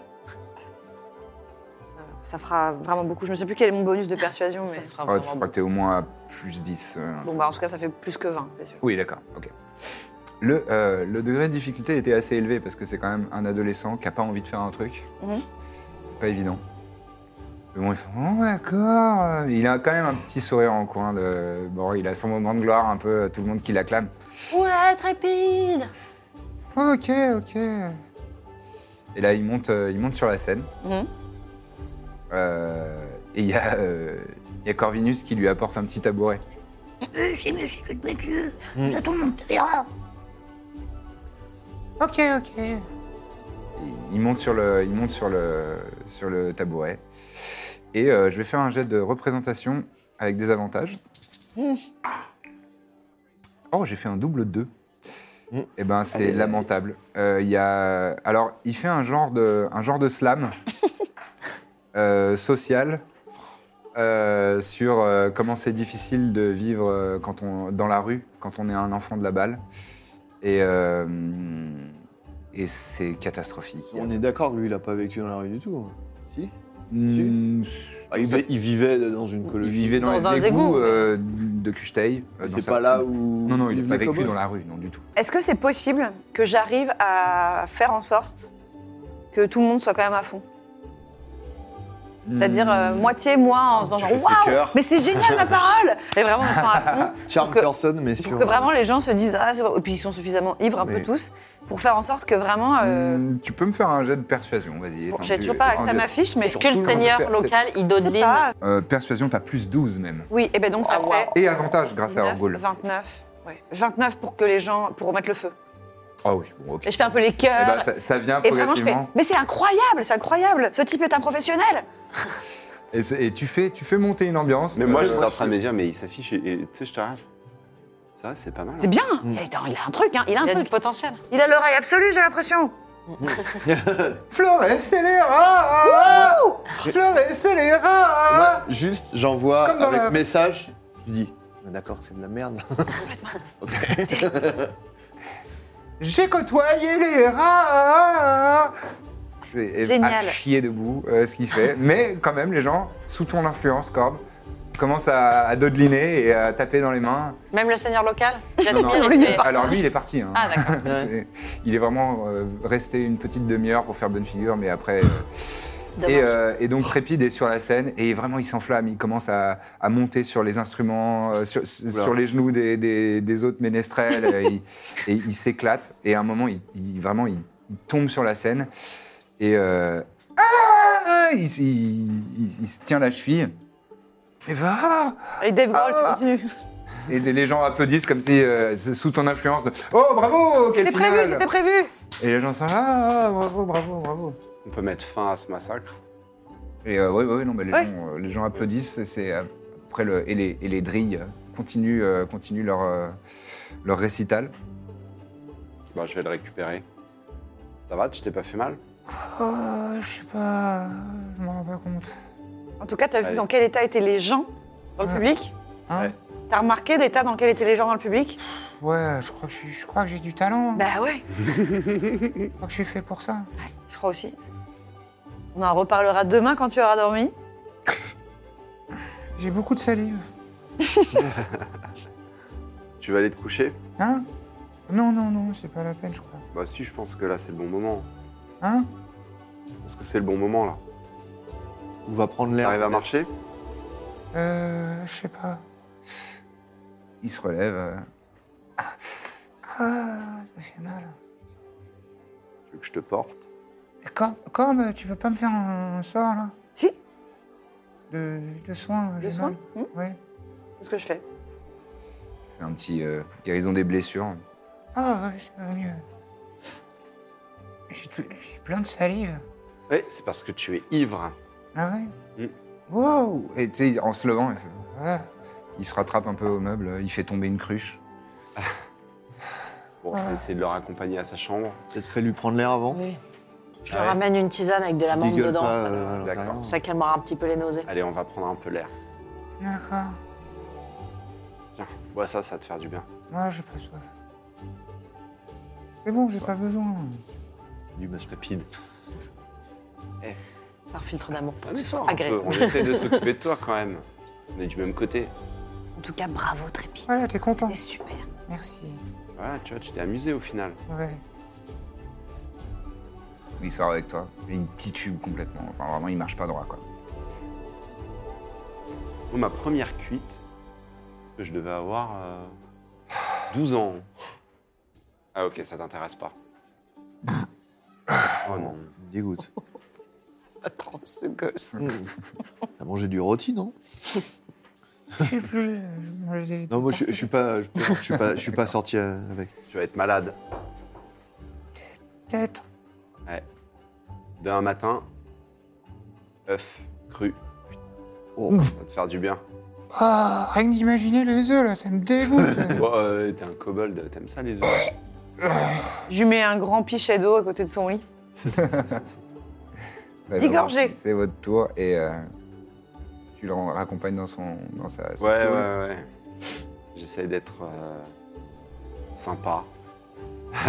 E: Ça fera vraiment beaucoup. Je ne sais plus quel est mon bonus de persuasion,
H: Ça
E: mais.
C: Ah,
H: fera
A: Ouais, je
H: vraiment
A: crois que t'es au moins à plus 10. euh,
E: Bon, bah, en tout cas, ça fait plus que 20, c'est sûr.
A: Oui, d'accord, ok. Le, euh, le degré de difficulté était assez élevé parce que c'est quand même un adolescent qui n'a pas envie de faire un truc.
E: Mhm.
A: C'est pas évident. Mais bon, il fait Oh, d'accord. Il a quand même un petit sourire en coin. De... Bon, il a son moment de gloire un peu, euh, tout le monde qui l'acclame.
H: beau. Ouais, Trépide
A: Ok, ok. Et là, il monte, euh, il monte sur la scène.
E: Mhm.
A: Euh, et il y, a, euh, il y a Corvinus qui lui apporte un petit tabouret.
G: Euh, C'est mieux si tu te mets dessus.
A: Hmm.
G: Ça, tout le monde te verra.
A: Ok, ok. Il monte sur le, il monte sur le, sur le tabouret. Et euh, je vais faire un jet de représentation avec des avantages. Oh, j'ai fait un double 2.
C: Mm.
A: Eh ben, c'est
C: Allez.
A: lamentable. Euh, Il y a, alors, il fait un genre de, un genre de slam euh, social euh, sur euh, comment c'est difficile de vivre euh, quand on, dans la rue quand on est un enfant de la balle. Et, euh, et c'est catastrophique.
C: On est d'accord que lui, il a pas vécu dans la rue du tout. hein. Si
A: Mm,
C: Ah, il, vi- il vivait dans une
A: il
C: colonie.
A: vivait dans,
H: Dans un
A: les égouts
H: égout.
A: euh, de Cucheteil. euh, dans
C: C'est
A: sa-
C: pas là où.
A: Non, non, il
C: vivent
A: n'a pas
C: les
A: vécu
C: cow-boys
A: dans la rue, non du tout.
E: Est-ce que c'est possible que j'arrive à faire en sorte que tout le monde soit quand même à fond C'est-à-dire euh, moitié moi en faisant genre
B: Hmm. fais ses
E: waouh,
B: cœurs.
E: mais c'est génial ma parole Et vraiment en étant à fond
C: Charme
E: Pour que-
C: personne, mais
E: pour
C: sûr.
E: que vraiment les gens se disent ah, c'est vrai. et puis ils sont suffisamment ivres un peu
C: Mais-
E: tous pour faire en sorte que vraiment. euh,
A: Mm, tu peux me faire un jet de persuasion, vas-y.
E: bon,
A: étant
E: J'ai
A: tu-
E: toujours pas accès
A: étant
E: à ma
A: tu-
E: fiche, mais
H: Est-ce que le seigneur local, il
E: Je sais pas.
H: dodeline
A: Euh, persuasion, t'as plus 12 même.
E: Oui, et ben donc ça
H: Ah,
E: fait
A: Et avantage grâce à
E: 19,
A: Orgol.
E: 29. ouais. 29 pour que les gens pour remettre le feu.
A: Ah oui, bon, ok.
E: Et je fais un peu les
A: Eh ben,
E: cœurs.
A: ça, ça vient
E: Euh, Et vraiment, je fais,
A: progressivement.
E: mais c'est incroyable, c'est incroyable. Ce type est un professionnel.
A: Et, c'est- et tu, fais, tu fais monter une ambiance.
B: Mais moi,
A: Euh,
B: j'étais en train de me dire, mais il s'affiche et et tu sais, je t'arrive. Ça, c'est pas mal. hein.
E: C'est bien.
A: Mm.
E: Il, a, il a un truc, hein. il a un
H: Il a du
E: truc.
H: potentiel.
E: Il a l'oreille absolue, j'ai l'impression.
A: Florès Scélérat Florès Scélérat
C: Moi, juste, j'envoie
A: Comme dans
C: avec
A: la-
C: message, je dis On est d'accord que c'est de la merde.
A: J'ai côtoyé les rats euh, C'est
E: Génial.
A: à chier debout euh, ce qu'il fait. Mais quand même, les gens, sous ton influence, Corbe, commencent à, à dodeliner et à taper dans les mains.
H: Même le seigneur local il a
A: Non, non,
H: dodeline,
E: lui,
H: il
E: il est
H: fait-
A: Alors lui, il est parti. hein.
H: Ah, d'accord.
A: C'est- Il est vraiment euh, resté une petite demi-heure pour faire bonne figure, mais après... euh,
H: Dommage.
A: Et, euh, et donc Trépide est sur la scène et vraiment il s'enflamme, il commence à, à monter sur les instruments, euh, sur, sur les genoux des, des- des autres ménestrels, euh, il- et il s'éclate. Et à un moment, il, il- vraiment, il, il tombe sur la scène et euh, Ah il, s- il- il- il se tient la cheville. Et, va, Ah
E: Et Dave Grohl,
A: Ah.
E: tu continues.
A: et des- les gens applaudissent comme si euh, sous ton influence de Oh bravo quel
E: C'était prévu,
A: final
E: c'était prévu.
A: Et les gens sont là ah, ah, bravo bravo bravo.
B: On peut mettre fin à ce massacre.
A: Et euh, oui, non, mais les,
E: Ouais.
A: gens, euh, les gens applaudissent. et c'est, euh, après le, et, les, et les drilles euh, continuent, euh, continuent leur, euh, leur récital.
B: Bon, Bah, je vais le récupérer. Ça va, tu t'es pas fait mal
A: Oh, je sais pas, je m'en rends pas compte.
E: En tout cas, t'as vu
B: Allez.
E: dans quel état étaient les gens dans le
A: Ouais.
E: public
A: Hein
B: Ouais.
E: T'as remarqué l'état dans lequel étaient les gens dans le public
A: Ouais, je crois que je, suis- je crois que j'ai du talent. hein.
E: Bah ouais,
A: Je crois que je suis fait pour ça.
E: je crois aussi. On en reparlera demain quand tu auras dormi.
A: J'ai beaucoup de salive.
B: Tu vas aller te coucher
A: Hein Non, non, non, c'est pas la peine, je crois.
B: Bah si, je pense que là, c'est le bon moment.
A: Hein
B: Est-ce que c'est le bon moment là
C: On va prendre l'air.
B: T'arrives à marcher
A: Euh, je sais pas. Il se relève. euh. Ah. Ah, ça fait mal.
B: Tu veux que je te porte
A: Mais Corbe, Corbe, tu peux pas me faire un sort, là
D: Si.
A: De, de soins
D: De soins
E: hmm.
A: Ouais.
D: C'est ce que je fais.
A: Fais Un petit euh, guérison des blessures. Ah, ouais, ça va mieux. J'ai tout- j'ai plein de salive.
B: Oui, c'est parce que tu es ivre.
A: Ah ouais
B: Mm.
A: Wow Et tu sais, en se levant, il, fait, Ah. Il se rattrape un peu au meuble, il fait tomber une cruche.
B: Bon, je vais essayer de le raccompagner à sa chambre. Ah
C: Peut-être fait lui prendre l'air avant.
H: Oui. Je
B: Ouais.
H: leur amène une tisane avec de la mangue
C: Dégueule
H: dedans.
C: pas,
H: ça-
C: euh, à
B: D'accord.
C: l'intérieur.
H: ça calmera un petit peu les nausées.
B: Allez, on va prendre un peu l'air.
A: D'accord.
B: Tiens, bois ça, ça va te faire du bien.
A: Moi, j'ai pas soif. C'est bon, j'ai pas besoin.
B: Du must rapide.
H: C'est un filtre d'amour pour
B: On est
H: que ce soit
B: Ah, fort un
H: agréable.
B: peu. On essaie de s'occuper de toi quand même. On est du même côté.
E: En tout cas, bravo Trépied.
A: Voilà, t'es content.
E: C'est super.
A: Merci.
B: Voilà, tu vois, tu t'es amusé au final.
A: Ouais. Il sort avec toi. Et il titube complètement. Enfin, vraiment, il marche pas droit, quoi.
B: Moi, ma première cuite, que je devais avoir euh, 12 ans. Ah ok, ça t'intéresse pas. Oh non.
C: Il me dégoûte.
E: Prends ce gosse.
C: T'as mangé du rôti, non
A: Je sais plus. je mangeais des-
C: Non, moi je, je suis pas, je, je suis pas, je suis pas sorti euh, avec.
B: Tu vas être malade.
A: Peut-être.
B: D'un matin, œuf cru,
C: Oh.
B: ça va te faire du bien.
A: Ah, rien que d'imaginer les œufs, là, ça me dégoûte.
B: Oh, euh, t'es un kobold, t'aimes ça les œufs
E: Je lui mets un grand pichet d'eau à côté de son lit. Dégorgé.
A: C'est votre tour et euh, tu le raccompagnes dans, son, dans sa.
B: Ouais, ouais, ouais. J'essaie d'être euh, sympa.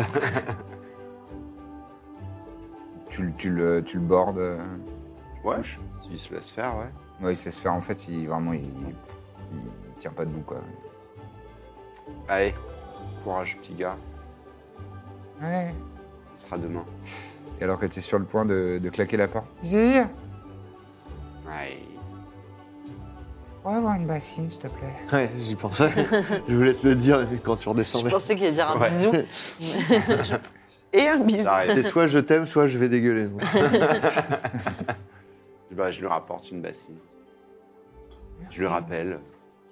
A: Tu, le- tu, le, tu le bordes. euh,
B: Ouais, s'il se laisse faire, ouais.
A: Ouais, il sait se faire. En fait, il, vraiment, il, il tient pas debout, quoi.
B: Allez, courage petit gars,
A: Ouais.
B: ce sera demain.
A: Et alors que tu es sur le point de, de claquer la porte. Zéhir,
B: Ouais.
A: pourrais avoir une bassine, s'il te plaît
C: Ouais, j'y pensais. je voulais te le dire quand tu
H: Je
C: redescendais.
H: pensais qu'il allait dire un
B: Ouais.
H: bisou.
E: Et un bisou.
B: J'arrête.
C: C'est soit je t'aime, soit je vais dégueuler. donc.
A: Ah
B: Bah, je lui rapporte une bassine. Je lui rappelle,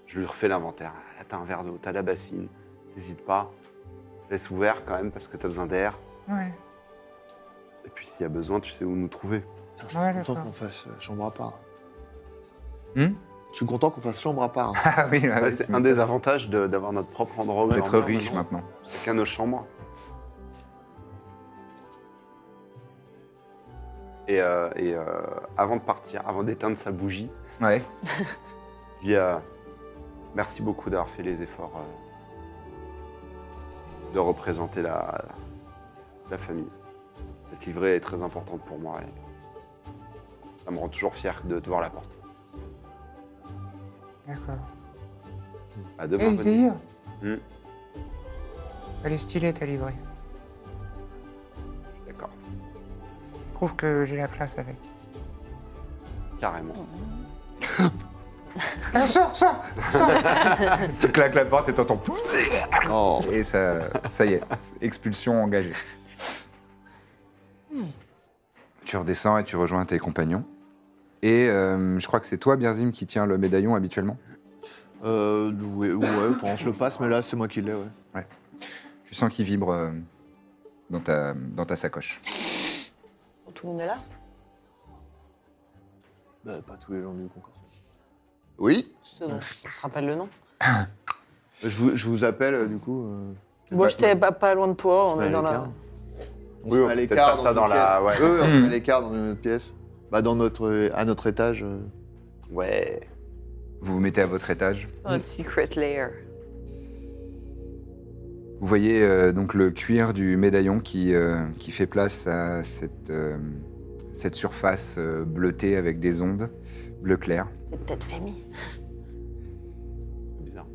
B: je lui refais l'inventaire. Là, t'as un verre d'eau, t'as la bassine, t'hésites pas. Laisse ouvert quand même parce que t'as besoin d'air.
A: Ouais.
B: Et puis s'il y a besoin, tu sais où nous trouver.
C: Putain, je suis
A: Ouais,
C: content
A: d'accord.
C: qu'on fasse euh, chambre à part.
A: Hmm
C: je suis content qu'on fasse chambre à part.
A: Ah oui, là,
B: Ouais, c'est un des avantages de- d'avoir notre propre endroit où
A: On est trop
B: dormir
A: riche maintenant.
B: Chacun nos chambres. Et, euh, et, euh, avant de partir, avant d'éteindre sa bougie,
A: Ouais.
B: je dis euh, merci beaucoup d'avoir fait les efforts euh, de représenter la, la famille. Cette livrée est très importante pour moi et ça me rend toujours fier de devoir la porter.
A: D'accord.
B: À demain.
A: Hey,
B: bonne
A: Zéhir
B: Hmm.
A: Elle est stylée, ta livrée.
B: nuit. D'accord,
A: Je trouve que j'ai la classe avec.
B: carrément.
A: Ah, sors, sors, sors Tu claques la porte et t'entends...
C: Oh.
A: Et ça, ça y est, expulsion engagée. Tu redescends et tu rejoins tes compagnons. Et euh, je crois que c'est toi, Birzim, qui tient le médaillon habituellement.
C: Euh, ouais, ouais, enfin, je le passe, mais là, c'est moi qui l'ai, ouais.
A: Tu sens qu'il vibre euh, dans, ta, dans ta sacoche.
H: Tout le monde est là
C: Bah, pas tous les gens du concours. Oui
H: Ceux dont on se rappelle le nom.
C: je vous, je vous appelle, euh, du coup. euh,
H: Moi, j'étais pas, pas loin de toi. On
C: on est
H: est
C: à
H: dans la...
C: l'écart. On
B: Oui,
C: se
B: on
C: met à
B: fait peut-être
C: l'écart
B: pas ça
C: une
B: dans la- ouais.
C: pièce. Oui, oui, on se met à l'écart dans une autre pièce. Bah, dans notre, euh, à notre étage. euh.
B: Ouais.
A: Vous vous mettez à votre étage.
E: Notre secret lair.
A: Vous voyez euh, donc le cuir du médaillon qui, euh, qui fait place à cette, euh, cette surface euh, bleutée avec des ondes bleu clair.
H: C'est peut-être Femi.
B: C'est bizarre.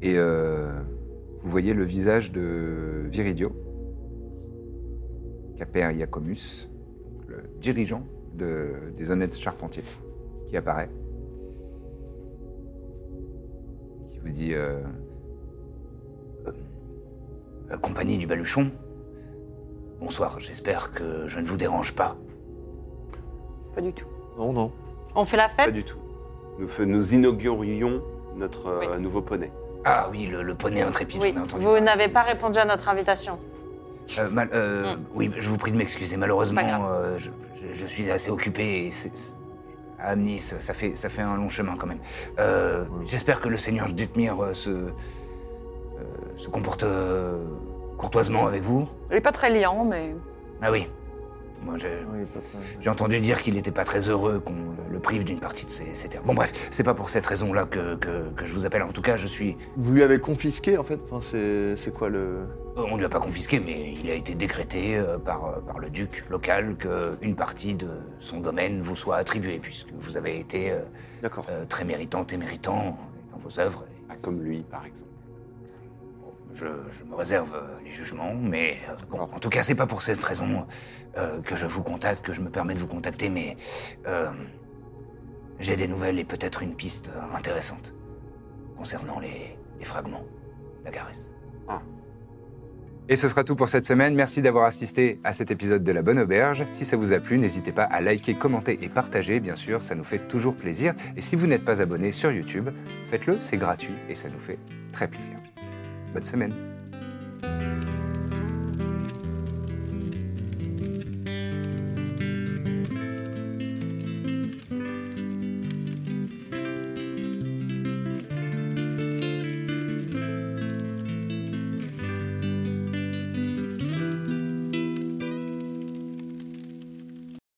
A: Et euh, vous voyez le visage de Viridio, Caper Iacomus, le dirigeant de- des honnêtes charpentiers qui apparaît. Qui vous dit euh,
F: Euh, la compagnie du Baluchon Bonsoir, j'espère que je ne vous dérange pas.
E: Pas du tout.
C: Non, non.
H: On fait la
B: Pas
H: fête
B: du tout. Nous, fe- nous inaugurions notre euh, nouveau poney.
F: Ah oui, le, le poney intrépide,
H: Oui,
F: on a entendu
H: vous
F: parler.
H: n'avez pas répondu à notre invitation.
F: Euh, mal- euh, Oui, je vous prie de m'excuser.
H: C'est pas
F: Malheureusement, euh, je, je- je suis assez occupé. Et c'est- c'est- à Amnis, ça fait, ça fait un long chemin quand même. Euh, J'espère que le seigneur Detmir euh, se, euh, se comporte euh, courtoisement avec vous.
E: Il est pas très liant, mais.
F: Ah oui. Moi, je- j'ai entendu dire qu'il n'était pas très heureux qu'on le- le prive d'une partie de ses, ses terres. Bon, bref, c'est pas pour cette raison-là que, que- que je vous appelle. En tout cas, je suis.
C: Vous lui avez confisqué, en fait Enfin, c'est c'est quoi le...
F: Euh, On ne lui a pas confisqué, mais il a été décrété euh, par, euh, par le duc local qu'une partie de son domaine vous soit attribuée, puisque vous avez été euh,
C: D'accord.
F: euh, très méritante et méritant dans vos œuvres.
B: Ah, comme lui, par exemple.
F: Je, je me réserve euh, les jugements, mais euh, bon, en tout cas, c'est pas pour cette raison euh, que je vous contacte, que je me permets de vous contacter, mais euh, j'ai des nouvelles et peut-être une piste euh, intéressante concernant les, les fragments d'Agarès.
A: Et ce sera tout pour cette semaine. Merci d'avoir assisté à cet épisode de La Bonne Auberge. Si ça vous a plu, n'hésitez pas à liker, commenter et partager, bien sûr, ça nous fait toujours plaisir. Et si vous n'êtes pas abonné sur YouTube, faites-le, c'est gratuit et ça nous fait très plaisir. Bonne semaine.